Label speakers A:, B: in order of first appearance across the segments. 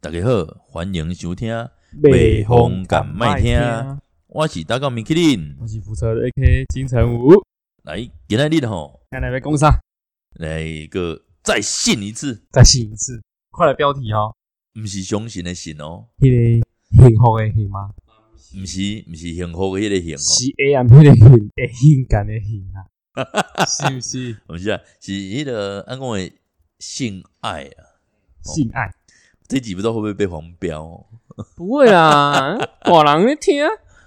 A: 大家好，欢迎收听《
B: 北
A: 风
B: 风
A: 敢麦听》，我是大高米克林。
B: 我是负责的 AK 金城武。
A: 来，今仔日吼，
B: 看来被攻上，
A: 来一个再信一次，
B: 再信一次，快来标题哦！
A: 毋是相信的信哦，
B: 迄、那个幸福的幸吗？
A: 毋是毋是幸福的迄个幸
B: 是 A M 迄个幸，会性感的幸啊， 是不是？
A: 哦，毋是啊，是迄、个安讲的性爱啊。
B: 性爱
A: 这集不知道会不会被黄标哦？
B: 不会 啦，大人咧听，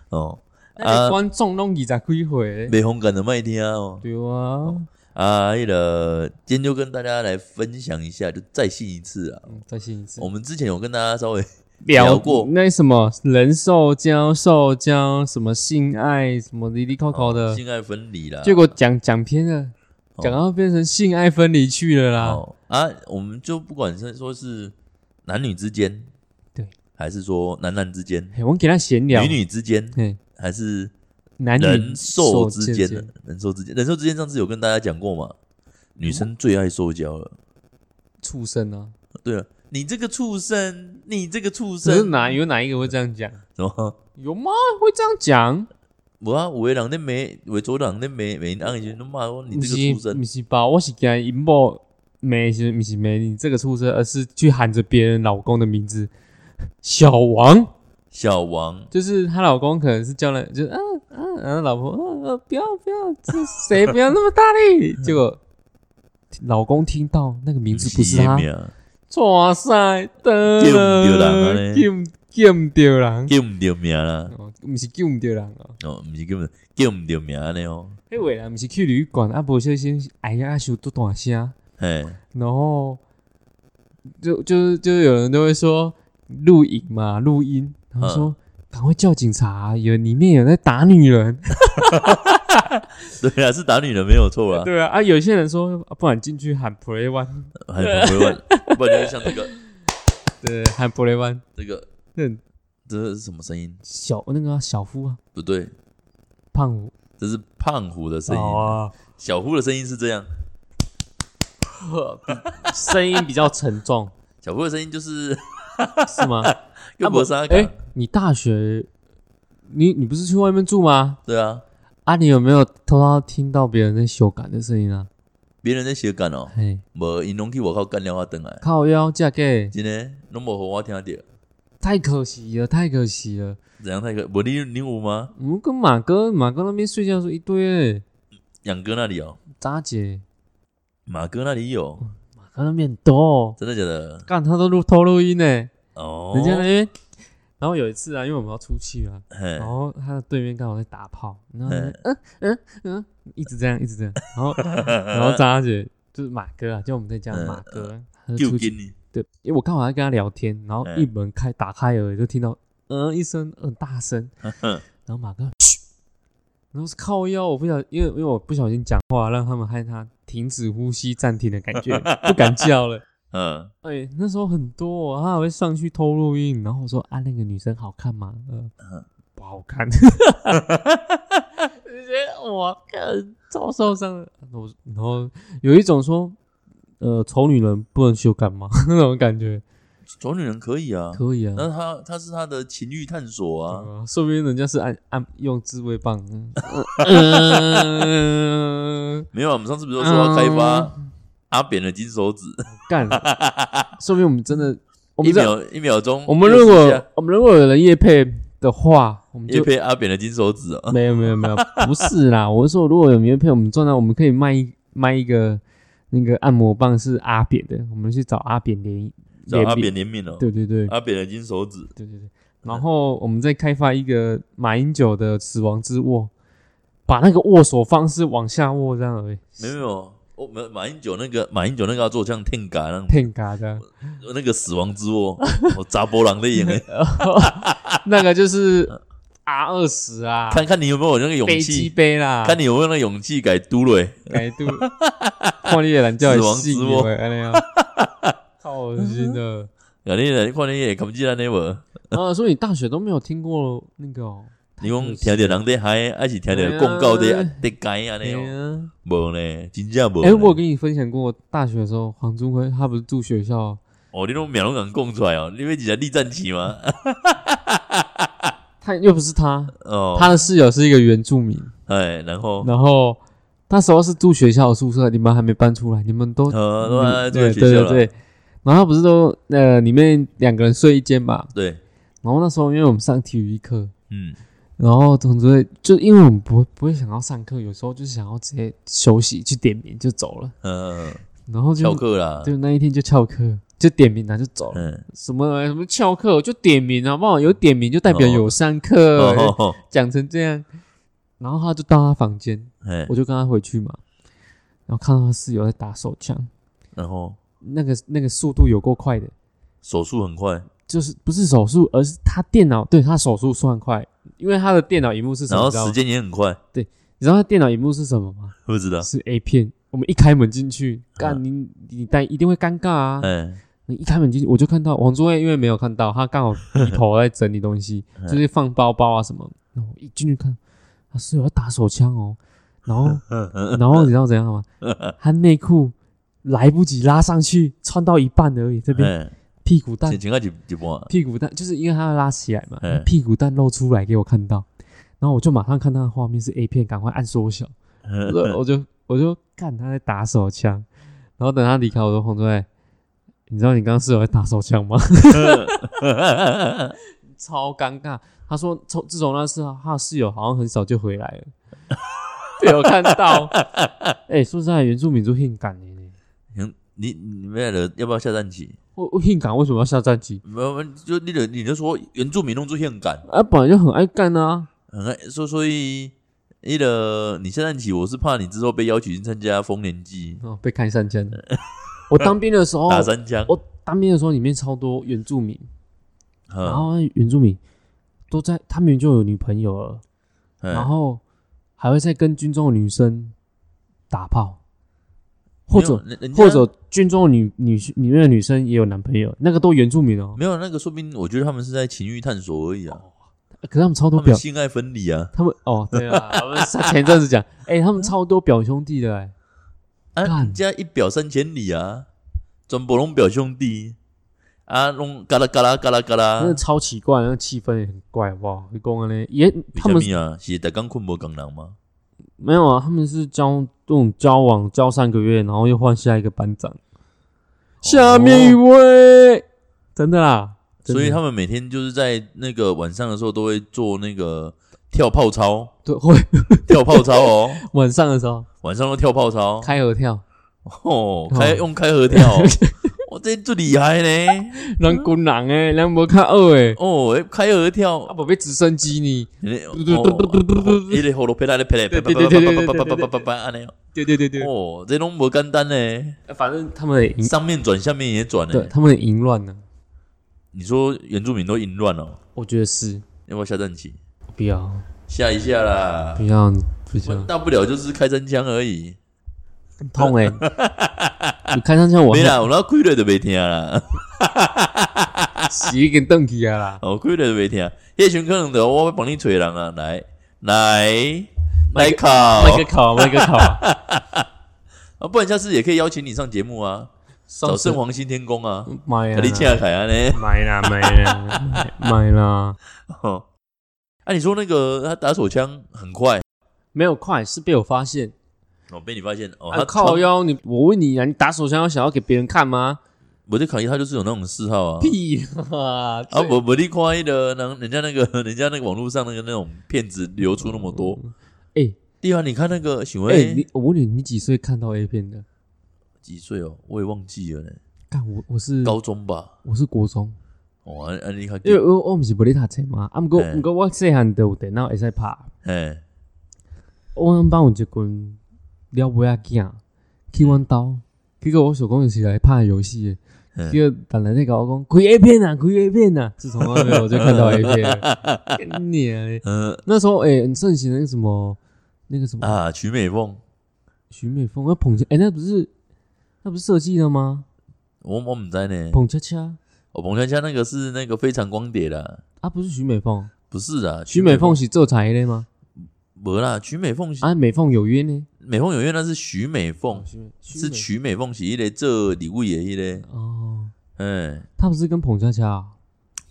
A: 哦
B: 啊，观众拢二十几岁，
A: 北风敢的麦听哦。
B: 对啊，
A: 啊，迄、个今天就跟大家来分享一下，就再信一次啊。
B: 嗯，再信一次
A: 我，们之前有跟大家稍微聊
B: 聊
A: 过
B: 那什么人兽交、兽交，什么性爱，什么离离扣扣的，
A: 性爱分离啦，
B: 结果讲讲偏了，
A: 哦
B: 讲到变成性爱分离去了啦。
A: 哦啊，我们就不管是说是男女之间，
B: 对，
A: 还是说男男之 间、
B: 嘿我们给他闲聊，
A: 女女之间，
B: 嘿
A: 还是
B: 男女
A: 人兽之间
B: 间
A: 的，人兽之间，人兽之间上次有跟大家讲过嘛，女生最爱兽交了。
B: 畜生啊，
A: 对了，你这个畜生，你这个畜
B: 只是
A: 生，
B: 哪有哪一个会这样讲？
A: 什么？
B: 有吗？会这样讲？
A: 我啊，有的人那没，有的左人那没，没人以前都骂说你
B: 不
A: 这
B: 是
A: 个畜生
B: 不，是吧？我是给他引爆没是不是没你这个畜生，而是去喊着别人老公的名字，小王。
A: 小王，
B: 就是她老公可能是叫了，就是啊啊，然后老婆啊啊，不要不要，这谁不要那么大力？结果老公听到那个名字不是他，
A: 啊，
B: 哇塞，的
A: 叫不到人啊嘞
B: 救救唔到人，
A: 叫唔到名啦，
B: 哦，唔是救唔到人哦，
A: 哦，唔是叫不叫唔到名呢哦，
B: 迄位人唔是去旅馆啊，无小心哎呀，收多大声，
A: 嘿，
B: 然后就就就有人都会说录影嘛，录音，然后说赶快叫警察，有里面有人在打女人。
A: 对啊，是打女人没有错啦，
B: 对啊，啊，有些人说，啊不然进去喊 play one，
A: 很很委婉，不然就是像这个
B: 对，喊 play one，
A: 这个
B: 那
A: 这是什么声音？
B: 小那个啊、小夫啊，
A: 不对，
B: 胖虎
A: 这是胖虎的声音，
B: 哦
A: 小夫的声音是这样，
B: 啊，声音比较沉 重，
A: 小夫的声音
B: 啊
A: 就是
B: 是吗？
A: 又不是
B: 哎、你大学，你你不是去外面住吗？
A: 对啊，
B: 啊，你有没有偷偷听到别人在修改的声音啊？
A: 别人在写干哦，
B: 嘿，
A: 无因拢去我靠干了我等来，
B: 靠腰嫁给，
A: 真的拢无互我听到，
B: 太可惜了，太可惜了。
A: 怎样太个？无你你有吗？
B: 我们跟马哥马哥那边睡觉的时候一堆、欸，
A: 养哥那里有，
B: 渣姐
A: 马哥那里有，
B: 马哥那边很多哦，
A: 真的假的？
B: 干他都录偷录音呢、
A: 哦，
B: 人家那边，然后有一次啊，因为我们要出去啊，
A: 嘿
B: 然后他的对面刚好在打炮，然后
A: 嗯
B: 嗯嗯嗯，一直这样一直这样，然后然后张大姐就是马哥啊，就我们在讲
A: 嗯
B: 马哥，他就
A: 就
B: 出
A: 给
B: 去，
A: 你，
B: 对，因为我刚好在跟他聊天，然后
A: 嗯
B: 一门开打开而已，就听到嗯一声很 大声，
A: 嗯哼
B: 然后马哥，嘘然后是靠腰，我不小因为因为我不小心讲话，让他们害他停止呼吸暂停的感觉，不敢叫了。
A: 嗯，
B: 哎、那时候很多、哦，他还会上去偷录音，然后我说啊，那个女生好看吗？嗯、不好看。 直接我看超受伤的。然后然后有一种说，呃，丑女人不能修改吗？ 那种感觉
A: 丑女人可以啊，
B: 可以啊。
A: 那他他是他的情欲探索啊，
B: 对啊说不定人家是按按用自慰棒。嗯嗯
A: 没有，啊，我们上次不是说要开发
B: 嗯
A: 阿扁的金手指，
B: 干，说明我们真的，我
A: 一
B: 们这
A: 秒一秒钟，
B: 我们如果我们如果有人夜配的话，我们
A: 也
B: 就
A: 配阿扁的金手指啊，
B: 没有没有没有，不是啦， 我是说如果有名片，我们赚到，我们可以卖一卖一个那个按摩棒是阿扁的，我们去找阿扁联
A: 找阿扁
B: 名，
A: 怜悯哦，
B: 对对对
A: 阿扁的金手指，
B: 对对对，然后我们再开发一个马英九的死亡之握，把那个握手方式往下握这样而已，
A: 没有没有，我们马英九那个马英九那个要做像天嘎那种
B: 骗嘎的，
A: 那个死亡之握， 我扎波浪的眼 欸，
B: 那个就是 R 二十啊，
A: 看看你有没有那个勇
B: 飞机
A: 气，
B: 杯啦，哎
A: 看你有没有那个勇气改嘟了欸，
B: 百度，看你的人叫
A: 死亡
B: 你
A: 之
B: 信
A: 握
B: 我，安尼啊，超恶心的。
A: 看啊你来看你也看不见那无，
B: 啊，所以你大学都没有听过那个、哦？
A: 你讲听着人在嗨，还是听着广告在啊在改安尼哦，
B: 哎、
A: 无呢，真正无呢，
B: 诶我有跟你分享过，大学的时候黄宗辉他不是住学校，
A: 哦，你都秒拢敢供出来哦，因为你在立战旗吗？
B: 他又不是他，
A: 哦，
B: 他的室友是一个原住民，
A: 哎，然后
B: 然后那时候是住学校的宿舍，你们还没搬出来，你们都嗯
A: 呃，都在这
B: 对
A: 个
B: 对
A: 学校
B: 对
A: 了，
B: 对，然后不是都呃里面两个人睡一间嘛，
A: 对，
B: 然后那时候因为我们上体育课，
A: 嗯，
B: 然后总之会就因为我们不不会想要上课，有时候就是想要直接休息去点名就走了，
A: 呃，
B: 然后
A: 翘
B: 就
A: 课啦，
B: 就那一天就翘课，就点名然后就走了，
A: 嗯，
B: 什么什么翘课就点名好不好？有点名就代表有上课，
A: 哦，哦
B: 讲成这样，然后他就到他房间，
A: 哎，
B: 我就跟他回去嘛，然后看到他室友在打手枪，
A: 然后
B: 那个那个速度有够快的。
A: 手速很快，
B: 就是不是手速，而是他电脑对他手速算快，因为他的电脑荧幕是什
A: 然
B: 么？
A: 后
B: 你知道
A: 时
B: 吗？
A: 间也很快，
B: 你知道他电脑荧幕是什么吗？
A: 不知道，
B: 是 A 片。我们一开门进去，干
A: 嗯
B: 你你但一定会尴尬啊！
A: 哎，
B: 你一开门进去，我就看到王卓伟，因为没有看到他，刚好低头在整理东西，就是放包包啊什么。那我一进去看，他室友在打手枪哦，然后然后你知道怎样吗？他内裤来不及拉上去，穿到一半而已，这边
A: 哎，
B: 屁股蛋
A: 前前开几几波啊，
B: 屁股蛋，就是因为他要拉起来嘛，
A: 嗯
B: 屁股蛋露出来给我看到，然后我就马上看他的画面是 A 片，赶快按缩小，我就我就我就看他在打手枪，然后等他离开，我说洪队，你知道你刚刚室友在打手枪吗？ 超尴尬。他说从自从那次他的室友好像很少就回来了，被我看到。哎、说实在，原住民族性感欸的呢，
A: 行 你你们俩的要不要下战棋？
B: 我我性感为什么要下战棋？
A: 没有，就你的你就说原住民弄出现感，
B: 啊，本来就很爱干啊。
A: 很爱，所所以你的你下战棋，我是怕你之后被邀请去参加丰年祭
B: 哦，被开三枪了。我当兵的时候，
A: 打三枪，
B: 我当兵的时候里面超多原住民，然
A: 嗯
B: 后原住民都在，他们就有女朋友了，
A: 哎
B: 然后还会再跟军中的女生打炮，或者
A: 没有人家
B: 或者军中的女女里面的女生也有男朋友，那个都原住民哦，
A: 没有那个，说不定我觉得他们是在情欲探索而已啊，
B: 可是他们超
A: 他
B: 多
A: 们
B: 哦表，
A: 性爱分离啊，
B: 他们哦对啊，我们前阵 子讲，哎，他们超多表兄弟的哎，
A: 啊，
B: 干
A: 人家一表三千里啊，全部拢表兄弟啊，拢嘎啦嘎啦嘎啦嘎啦
B: 真的，超奇怪，那个气氛也很怪，好不好？你讲呢，也他们
A: 为什么啊是大刚困无港人吗？
B: 没有啊，他们是交这种交往交三个月，然后又换下一个班
A: 哦
B: 长，下面一位，真的啦，真的
A: 所以他们每天就是在那个晚上的时候都会做那个跳炮操，
B: 对会
A: 跳炮操 哦，
B: 晚上的时候
A: 晚上都跳炮操，
B: 开合跳，
A: 哦，开用开合跳哦， 我这最厉害呢，
B: 让滚狼哎，让摩看二哎，
A: 哦，开合跳，
B: 啊宝贝直升机呢，
A: 嘟一个喉咙拍来拍来，叭叭叭叭叭叭叭叭，安尼
B: 对对对对，
A: 哦，这拢无简单呢，
B: 反正他们的淫
A: 上面转下面也转
B: 对
A: 呢。
B: 他们的淫乱呢，
A: 你说原住民都淫乱哦，
B: 我觉得是
A: 要不要下战棋？
B: 不要
A: 下一下啦
B: 不，要不要
A: 大不了就是开真枪而已。
B: 很痛哎， 你开上枪我
A: 欸没啦，我那亏了就没听啦，
B: 洗一根凳起来啦，
A: 我亏了就没听。叶群可能的，我会帮你找人啊，来来来哦考，
B: 那个烤那个烤，
A: 啊，不然下次也可以邀请你上节目啊，找圣皇新天宫啊，
B: 妈呀
A: 给！你请凯啊呢。
B: 买啦买啦 买啦，
A: 哦，啊，你说那个他打手枪很快，
B: 没有快是被我发现。
A: 哦，被你发现哦，
B: 啊
A: 他
B: 靠腰你，我问你啊，你打手枪要想要给别人看吗？
A: 我就考虑他就是有那种嗜好啊。
B: 屁啊！
A: 啊，
B: 这
A: 我我你夸的，人人家那个人家那个网络上那个那种骗子流出那么多。
B: 哎
A: 对啊，你看那个许
B: 哎、
A: 巍
B: 你我问你，你几岁看到 A 片的？
A: 几岁哦？我也忘记了呢，
B: 干我我是
A: 高中吧。
B: 我是国中，
A: 哦，啊啊，你看，
B: 因为我我不是不咧读册嘛，啊，不过
A: 哎
B: 不过我细汉就有电脑会使拍，
A: 哎，
B: 阮班有一群了尾仔囝去阮兜，结果我想讲是来拍游戏的，
A: 嗯
B: 结果本来在甲我讲开 A 片啊，开 A 片啊，自从那边我就看到 A 片了，干你啊嘞！
A: 呃
B: 那时候哎、很盛行那个什么那个什么
A: 啊，曲美凤，
B: 徐美凤那捧恰哎、那不是那不是设计的吗？
A: 嗯我我们在呢。
B: 捧恰恰
A: 哦，彭佳佳那个是那个非常光碟的，
B: 啊，不是徐美凤，
A: 不是啊？
B: 徐美凤是做才的吗？
A: 没啦，曲美凤是
B: 啊，美凤有约呢，
A: 美凤有约那是许美凤
B: 哦，徐美徐
A: 是
B: 美
A: 曲美凤是一个做礼物的迄个，
B: 哦，
A: 嗯，
B: 他不是跟彭佳佳啊？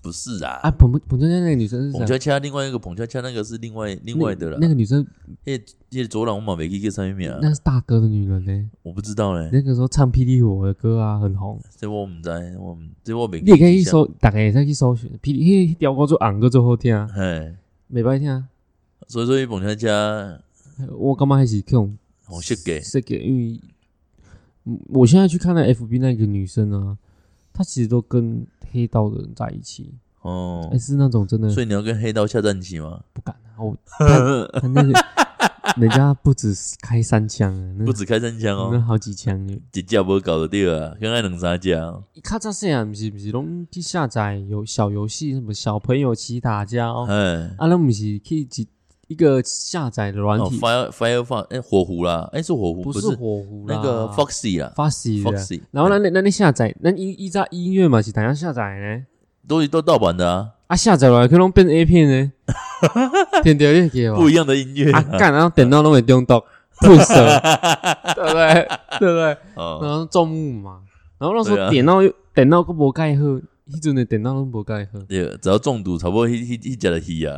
A: 不是啊，
B: 啊彭彭佳佳那个女生是
A: 彭
B: 谁
A: 恰
B: 啊？
A: 恰另外一个彭恰恰那个是另外另外的啦。
B: 那那个女生，
A: 那那左朗我马没记个上面名啊，
B: 那是大哥的女人呢、
A: 我不知道嘞，
B: 那个时候唱《霹雳火》的歌啊，很红。
A: 这我唔知，我唔这我没。
B: 你也可
A: 啊
B: 以去，搜，大家也可以去搜寻。霹雳迄条歌做红歌做好听啊，
A: 嘿，
B: 袂歹听啊。
A: 所以说伊彭恰恰
B: 我感觉还是去用
A: 红色嘅，
B: 这个，因为嗯我现在去看那 FB 那个女生啊，她其实都跟黑道的人在一起，
A: 哦
B: 还、，是那种真的
A: 所以你要跟黑道下战棋吗？
B: 不敢啊。我她她 那个人家不止开三枪啊，那
A: 不止开三枪
B: 那
A: 哦，
B: 好几枪呢。
A: 一架无搞得掉啊，跟爱两三架哦，
B: 较早细汉毋啊是毋是拢去下载游小游戏，什么小朋友骑打架哦，
A: 哎，
B: 啊，咱毋是去一一个下载的软
A: 哦
B: 体，
A: ，fire fire fire，哎，火狐啦，哎，是火狐，
B: 不
A: 不
B: 是
A: 是
B: 火狐啦
A: 那个 Foxy 啦
B: Foxy 的。
A: ，Foxy，
B: 然后咱咱咱咧下载，咱依依照音乐嘛是怎样下载呢？
A: 都都盗版的啊，
B: 啊，下载落来去拢变 A 片呢，点点你会记得
A: 不
B: 无？
A: 一样的音乐
B: 啊，
A: 啊，
B: 干，然后电脑拢会中毒，吐舌， 对不对？对不对？然
A: 哦，
B: 后中目嘛，然后那时
A: 对
B: 候
A: 啊
B: 电脑又电脑佫无盖好，迄阵的电脑拢无盖好。
A: 对，只要中毒，差不多迄迄迄只的戏啊，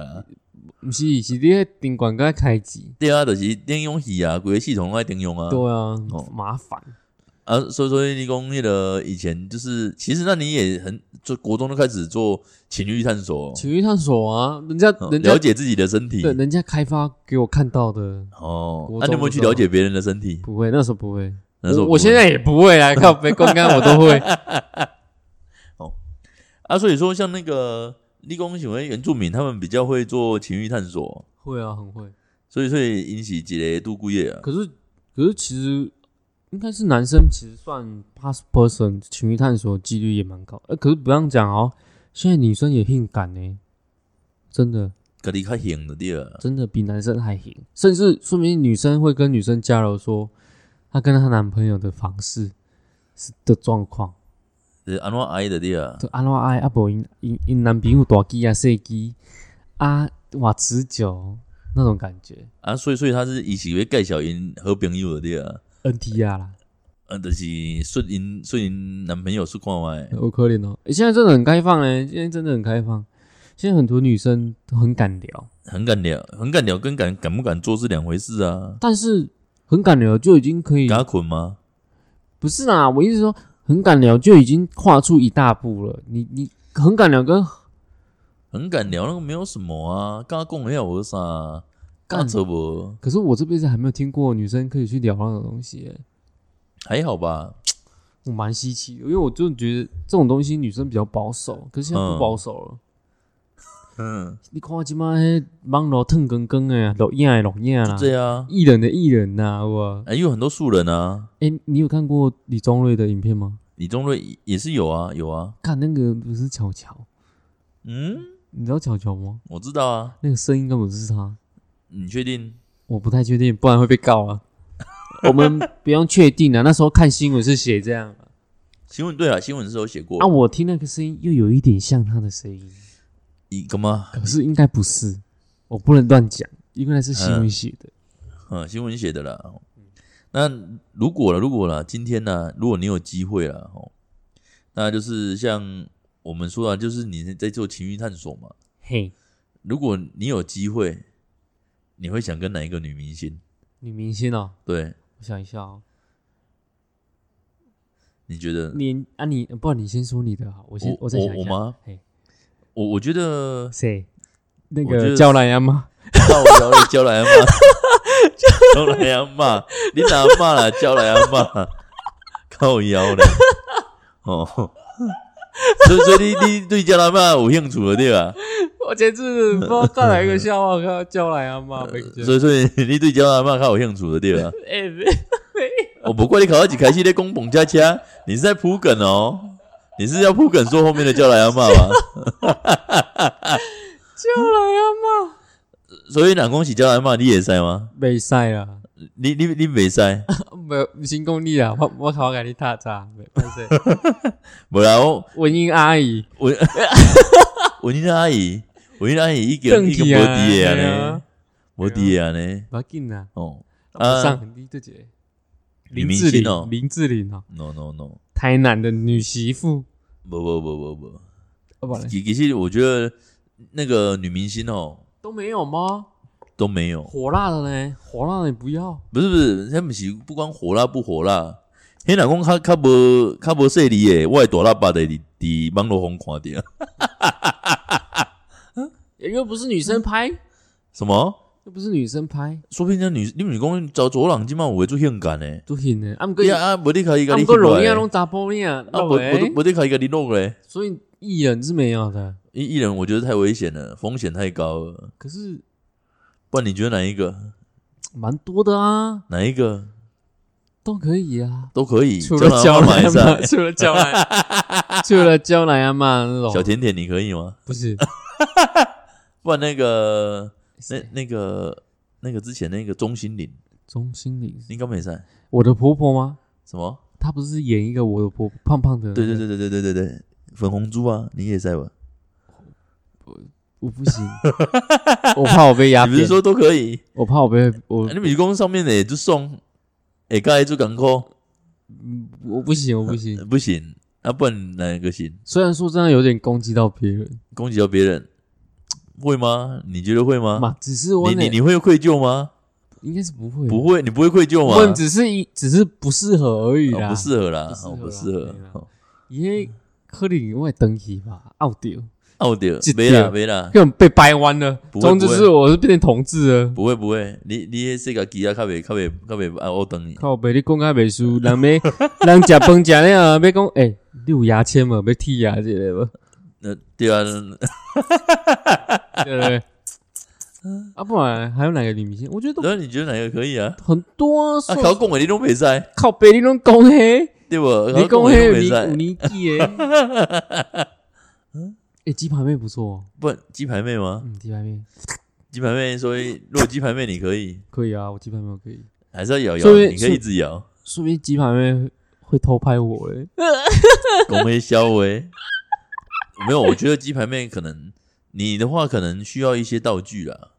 B: 毋是，是你迄顶管该开机。
A: 对啊，就是电用戏啊，规个系统爱电用啊，
B: 对啊，
A: 哦
B: 麻烦。
A: 啊，所以说你讲那个以前就是，其实那你也很就国中就开始做情欲探索哦，
B: 情绪探索啊，人家
A: 哦
B: 人家
A: 了解自己的身体
B: 对人家开发给我看到的，
A: 哦，
B: 国
A: 那、你有没有
B: 中
A: 去
B: 的时候
A: 了解别人的身体？
B: 不会，那时候不会。
A: 那时候
B: 我
A: 不
B: 我现
A: 会
B: 在也不 会啊，靠北光干我都会。
A: 啊，所以说像那个立功行为原住民，他们比较会做情欲探索，
B: 会啊，很会。
A: 所以所以引起几类度孤夜啊，
B: 可是可是其实应该是男生其实算 pass person 情绪探索几率也蛮高。呃，可是不让讲哦，现在女生也性感呢、真的
A: 隔离开行的地儿，
B: 真的比男生还行，甚至说明女生会跟女生交流说，她跟她男朋友的房事是的状况。
A: 就是安怎爱的地儿，
B: 就安怎爱啊？无因因因男朋友大鸡啊、细鸡啊，哇持久那种感觉
A: 啊，所以所以他是以起为介绍因好朋友的地儿，
B: ，NTR 啦，
A: 啊，就是顺因顺因男朋友是看外，
B: 好可怜哦、欸现在真的很开放哎、现在真的很开放，现在很多女生都很敢聊，
A: 很敢聊，很敢聊跟敢敢不敢做是两回事啊。
B: 但是很敢聊就已经可以
A: 给，他捆吗？
B: 不是啦，我意思是说很敢聊就已经跨出一大步了。你你很敢聊跟
A: 很敢聊，那个没有什么啊，跟他共一下我啥、啊，
B: 干
A: 干什么？
B: 可是我这辈子还没有听过女生可以去聊那种东西、欸，
A: 还好吧，
B: 我蛮稀奇的，因为我就觉得这种东西女生比较保守，可是现在不
A: 嗯
B: 保守了。
A: 嗯，
B: 你看即摆迄网络烫光光诶，录啊影诶录影啦，
A: 对啊，
B: 艺人的艺人呐、有我
A: 哎、有很多素人啊，
B: 诶、你有看过李宗瑞的影片吗？
A: 李宗瑞也是有啊，有啊，
B: 看那个不是巧巧，
A: 嗯，
B: 你知道巧巧吗？
A: 我知道啊，
B: 那个声音根本是他，
A: 你确定？
B: 我不太确定，不然会被告 啊。我们不用确定啊，那时候看新闻是写这样啊
A: 新闻对啊，新闻是有写过
B: 啊，我听那个声音又有一点像他的声音，
A: 你干嘛？
B: 可是应该不是，我不能乱讲，因为那是新闻写的。
A: 嗯，新闻写的啦。那如果了，如果了，今天呢、如果你有机会了，哦，那就是像我们说啊，就是你在做情欲探索嘛。
B: 嘿，
A: 如果你有机会，你会想跟哪一个女明星？
B: 女明星哦，
A: 对，
B: 我想一下哦。
A: 你觉得？
B: 你啊你，不，你先说你的好，我先
A: 我
B: 再想
A: 我
B: 一下。
A: 我吗
B: 嘿？
A: 我我觉得
B: 谁？那
A: 我觉
B: 个
A: 得
B: 叫莱安吗？
A: 那我聊了焦来安妈，焦来安妈，你哪骂了焦来安妈？靠腰嘞！哦， 所以所以你你对焦来安妈有兴趣了对吧？
B: 我前次不知道看哪一个笑话，看叫莱安 吗？没觉
A: 所以所以你对焦来安妈较有兴趣了对 吧？
B: 哎，
A: 我哦不过你考到几开始在攻彭佳佳，你是在铺梗哦，你是要铺梗说后面的焦来安妈 吗？
B: 叫莱安吗？
A: 所以两恭喜焦来安妈，你也塞吗？
B: 没赛啦，
A: 你你你没塞？
B: 没新功力啊！我我考给你踏查，没没事。
A: 无啦，我
B: 文英阿姨，
A: 文文英阿姨，文英阿姨一个
B: 正
A: 一个无
B: 题啊
A: 敌的
B: 对
A: 安尼
B: 啊，
A: 无敌的安尼，
B: 不要紧啦，
A: 哦
B: 啊，
A: 啊
B: 上你这姐
A: 女
B: 林
A: 明
B: 志
A: 星
B: 玲
A: 哦，
B: 林志玲哦，
A: ，no no no，
B: 台南的女媳妇，
A: 不不不不
B: 啊不
A: 哦不，
B: 然
A: 其其实我觉得那个女明星哦
B: 都没有吗？
A: 都没有，
B: 火辣的呢？火辣的你不要，
A: 不是不是，他们是不光火辣不火辣，黑老公较较无较无势力诶，我的大喇叭的伫伫网络红看到
B: 又不是女生拍，
A: 什么？
B: 又不是女生拍，
A: 说不定那女你女公找左人今晚有会做性感诶，
B: 都行呢。啊，不过
A: 对啊啊，无你可以
B: 啊，
A: 甲你
B: 不
A: 翕
B: 过
A: 落
B: 容易
A: 来
B: 啊，，拢查甫你啊，
A: 啊无无
B: 不
A: 无你可以甲你录咧，
B: 所以艺人是没有的。
A: 艺艺人我觉得太危险了，风险太高了。
B: 可是
A: 不然你觉得哪一个
B: 蛮多的啊，
A: 哪一个
B: 都可以啊。
A: 都可以？
B: 除了
A: 胶
B: 娇
A: 马
B: 兰嘛，
A: 赛，
B: 除了娇 兰，除了娇兰啊嘛那
A: 小
B: 种，
A: 甜甜你可以吗？
B: 不是
A: 不然那个那
B: 谁
A: 那个那个之前那个钟欣凌，
B: 钟欣凌，
A: 应该没赛
B: 我的婆婆吗？
A: 什么？
B: 她不是演一个我的婆婆胖胖的？
A: 对对，对对对对对对，粉红猪啊，你也在吧？
B: 我不 行，我怕我被压
A: 你不是
B: 扁，
A: 说都可以？
B: 我怕我被我
A: 啊你美工上面的也就送，哎，刚才就港口
B: 我不行
A: 呃
B: 我不行。
A: 不行，啊，不然哪个行？
B: 虽然说这样有点攻击到别人
A: 攻击到别人会吗？你觉得会吗？
B: 嘛，只是我
A: 呃你
B: 呢
A: 你你会愧疚吗？
B: 应该是不会，
A: 不会，啊你不会愧疚吗？
B: 我们只是一只是不适合而已
A: 哦
B: 啦，
A: 不适合啦，
B: 啊不适合
A: 哦
B: 啦
A: 不适合
B: 对啦。
A: 哦
B: 耶，可能我会登去吧，傲掉，
A: 啊，我丢
B: 这，
A: 没
B: 对
A: 啦没啦，
B: 根本被掰弯了。
A: 不会
B: 总之
A: 不会
B: 是我是变成同志了。
A: 不会不会，你你这个吉他靠北靠北靠北啊，我等你。
B: 靠北，你讲开袂输，人要人食饭食了，啊要讲诶，你有牙签无？要剔牙之类无？
A: 那对啊，
B: 对不 对？啊，不然还有哪个女明星？我觉得都
A: 然后你觉得哪个可以啊？
B: 很多啊。
A: 啊，
B: 说
A: 考拱的你都没在，
B: 靠北，你拢讲嘿，
A: 对不？
B: 你
A: 考
B: 讲
A: 拱
B: 嘿
A: 的
B: 有
A: 你
B: 年
A: 都没在，
B: 有年 纪诶。诶，鸡排妹不错哦，
A: 不鸡排妹吗？
B: 嗯，鸡排妹
A: 鸡排妹，所以如果鸡排妹你可以，
B: 可以啊，我鸡排妹我可以。
A: 还是要摇
B: 所以
A: 摇，你可以一直摇。
B: 说不定鸡排妹会偷拍我诶。
A: 拱黑肖维，没有，我觉得鸡排妹可能你的话可能需要一些道具啦，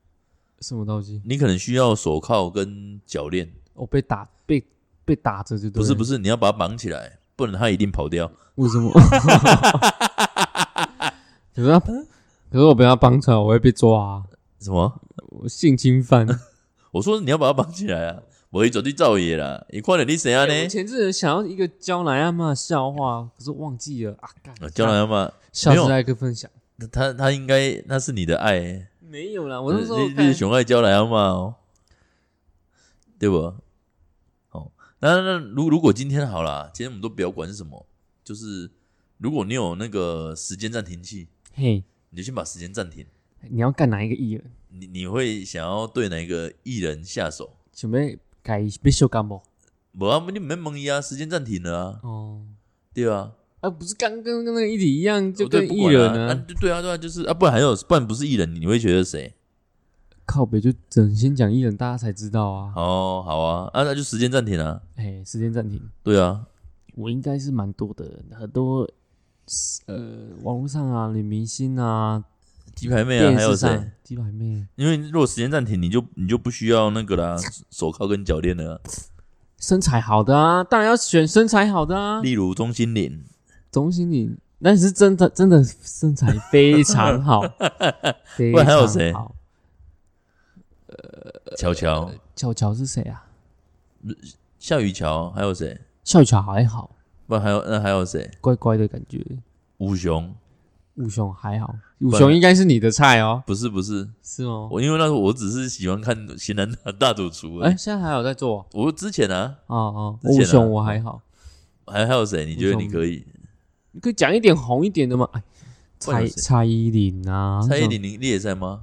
B: 什么东西？
A: 你可能需要手铐跟脚链。
B: 我哦被打被被打着就对了。
A: 不是不是，你要把它绑起来，不然它一定跑掉。
B: 为 什么？可是他，可是我被他绑出来，我会被抓、啊，
A: 什么？
B: 我性侵犯。
A: 我说你要把它绑起来啊！我一走就造业啦，你快点你谁啊
B: 哎我
A: 呢？
B: 前阵子想要一个江南阿妈的笑话，可是忘记了啊！干
A: 哦叫来嘛，
B: 下
A: 没
B: 次
A: 有
B: 再跟分享。
A: 他他应该那是你的爱欸，
B: 没有啦，我那时候
A: 你
B: 看
A: 你熊爱叫来嘛哦，对不？哦，那那如如果今天好啦，今天我们都不要管是什么，就是如果你有那个时间暂停器，
B: 嘿，
A: 你就先把时间暂停。
B: 你要干哪一个艺人？
A: 你你会想要对哪个艺人下手？
B: 准备改被秀干不？
A: 不啊，你没蒙一啊，时间暂停了啊，
B: 哦，
A: 对啊。
B: 啊，不是刚跟跟那个议题一样，就
A: 哦对
B: 跟
A: 不
B: 艺
A: 管
B: 人
A: 啊
B: 啊，
A: 对对啊，对啊，就是啊，不然还有，不然不是艺人，你会觉得谁？
B: 靠北就只能先讲艺人，大家才知道啊。
A: 哦，好啊，啊，那就时间暂停啊，
B: 哎，时间暂停。
A: 对啊，
B: 我应该是蛮多的，很多呃，网络上啊，女明星啊，
A: 鸡排妹啊，
B: 电
A: 还有
B: 视
A: 谁
B: 上？鸡排妹，
A: 因为如果时间暂停，你就你就不需要那个啦，手铐跟脚链了啊、
B: 身材好的啊，当然要选身材好的啊。
A: 例如钟欣凌，
B: 总经理，那是真的，真的身材非常 好，非
A: 然还有
B: 常
A: 谁
B: 好。呃
A: 乔乔、
B: 巧巧是谁啊？
A: 呃夏雨乔，还有谁？
B: 笑巧还好，
A: 不然还有那还有谁？
B: 乖乖的感觉。
A: 吴雄？
B: 武雄还好，武雄应该是你的菜哦，
A: 不是不是，
B: 是吗？
A: 我因为那时候我只是喜欢看《型男大大主厨》而
B: 哎，
A: 已。
B: 现在还有在做
A: 我之前啊，
B: 哦哦，
A: 之前
B: 武
A: 啊
B: 雄我还好，
A: 还还有谁？你觉得
B: 吴
A: 你
B: 雄
A: 可以？
B: 你可以讲一点红一点的吗？哎，
A: 不然
B: 蔡
A: 有谁
B: 蔡依林啊，
A: 蔡依
B: 像
A: 林，你你也在吗？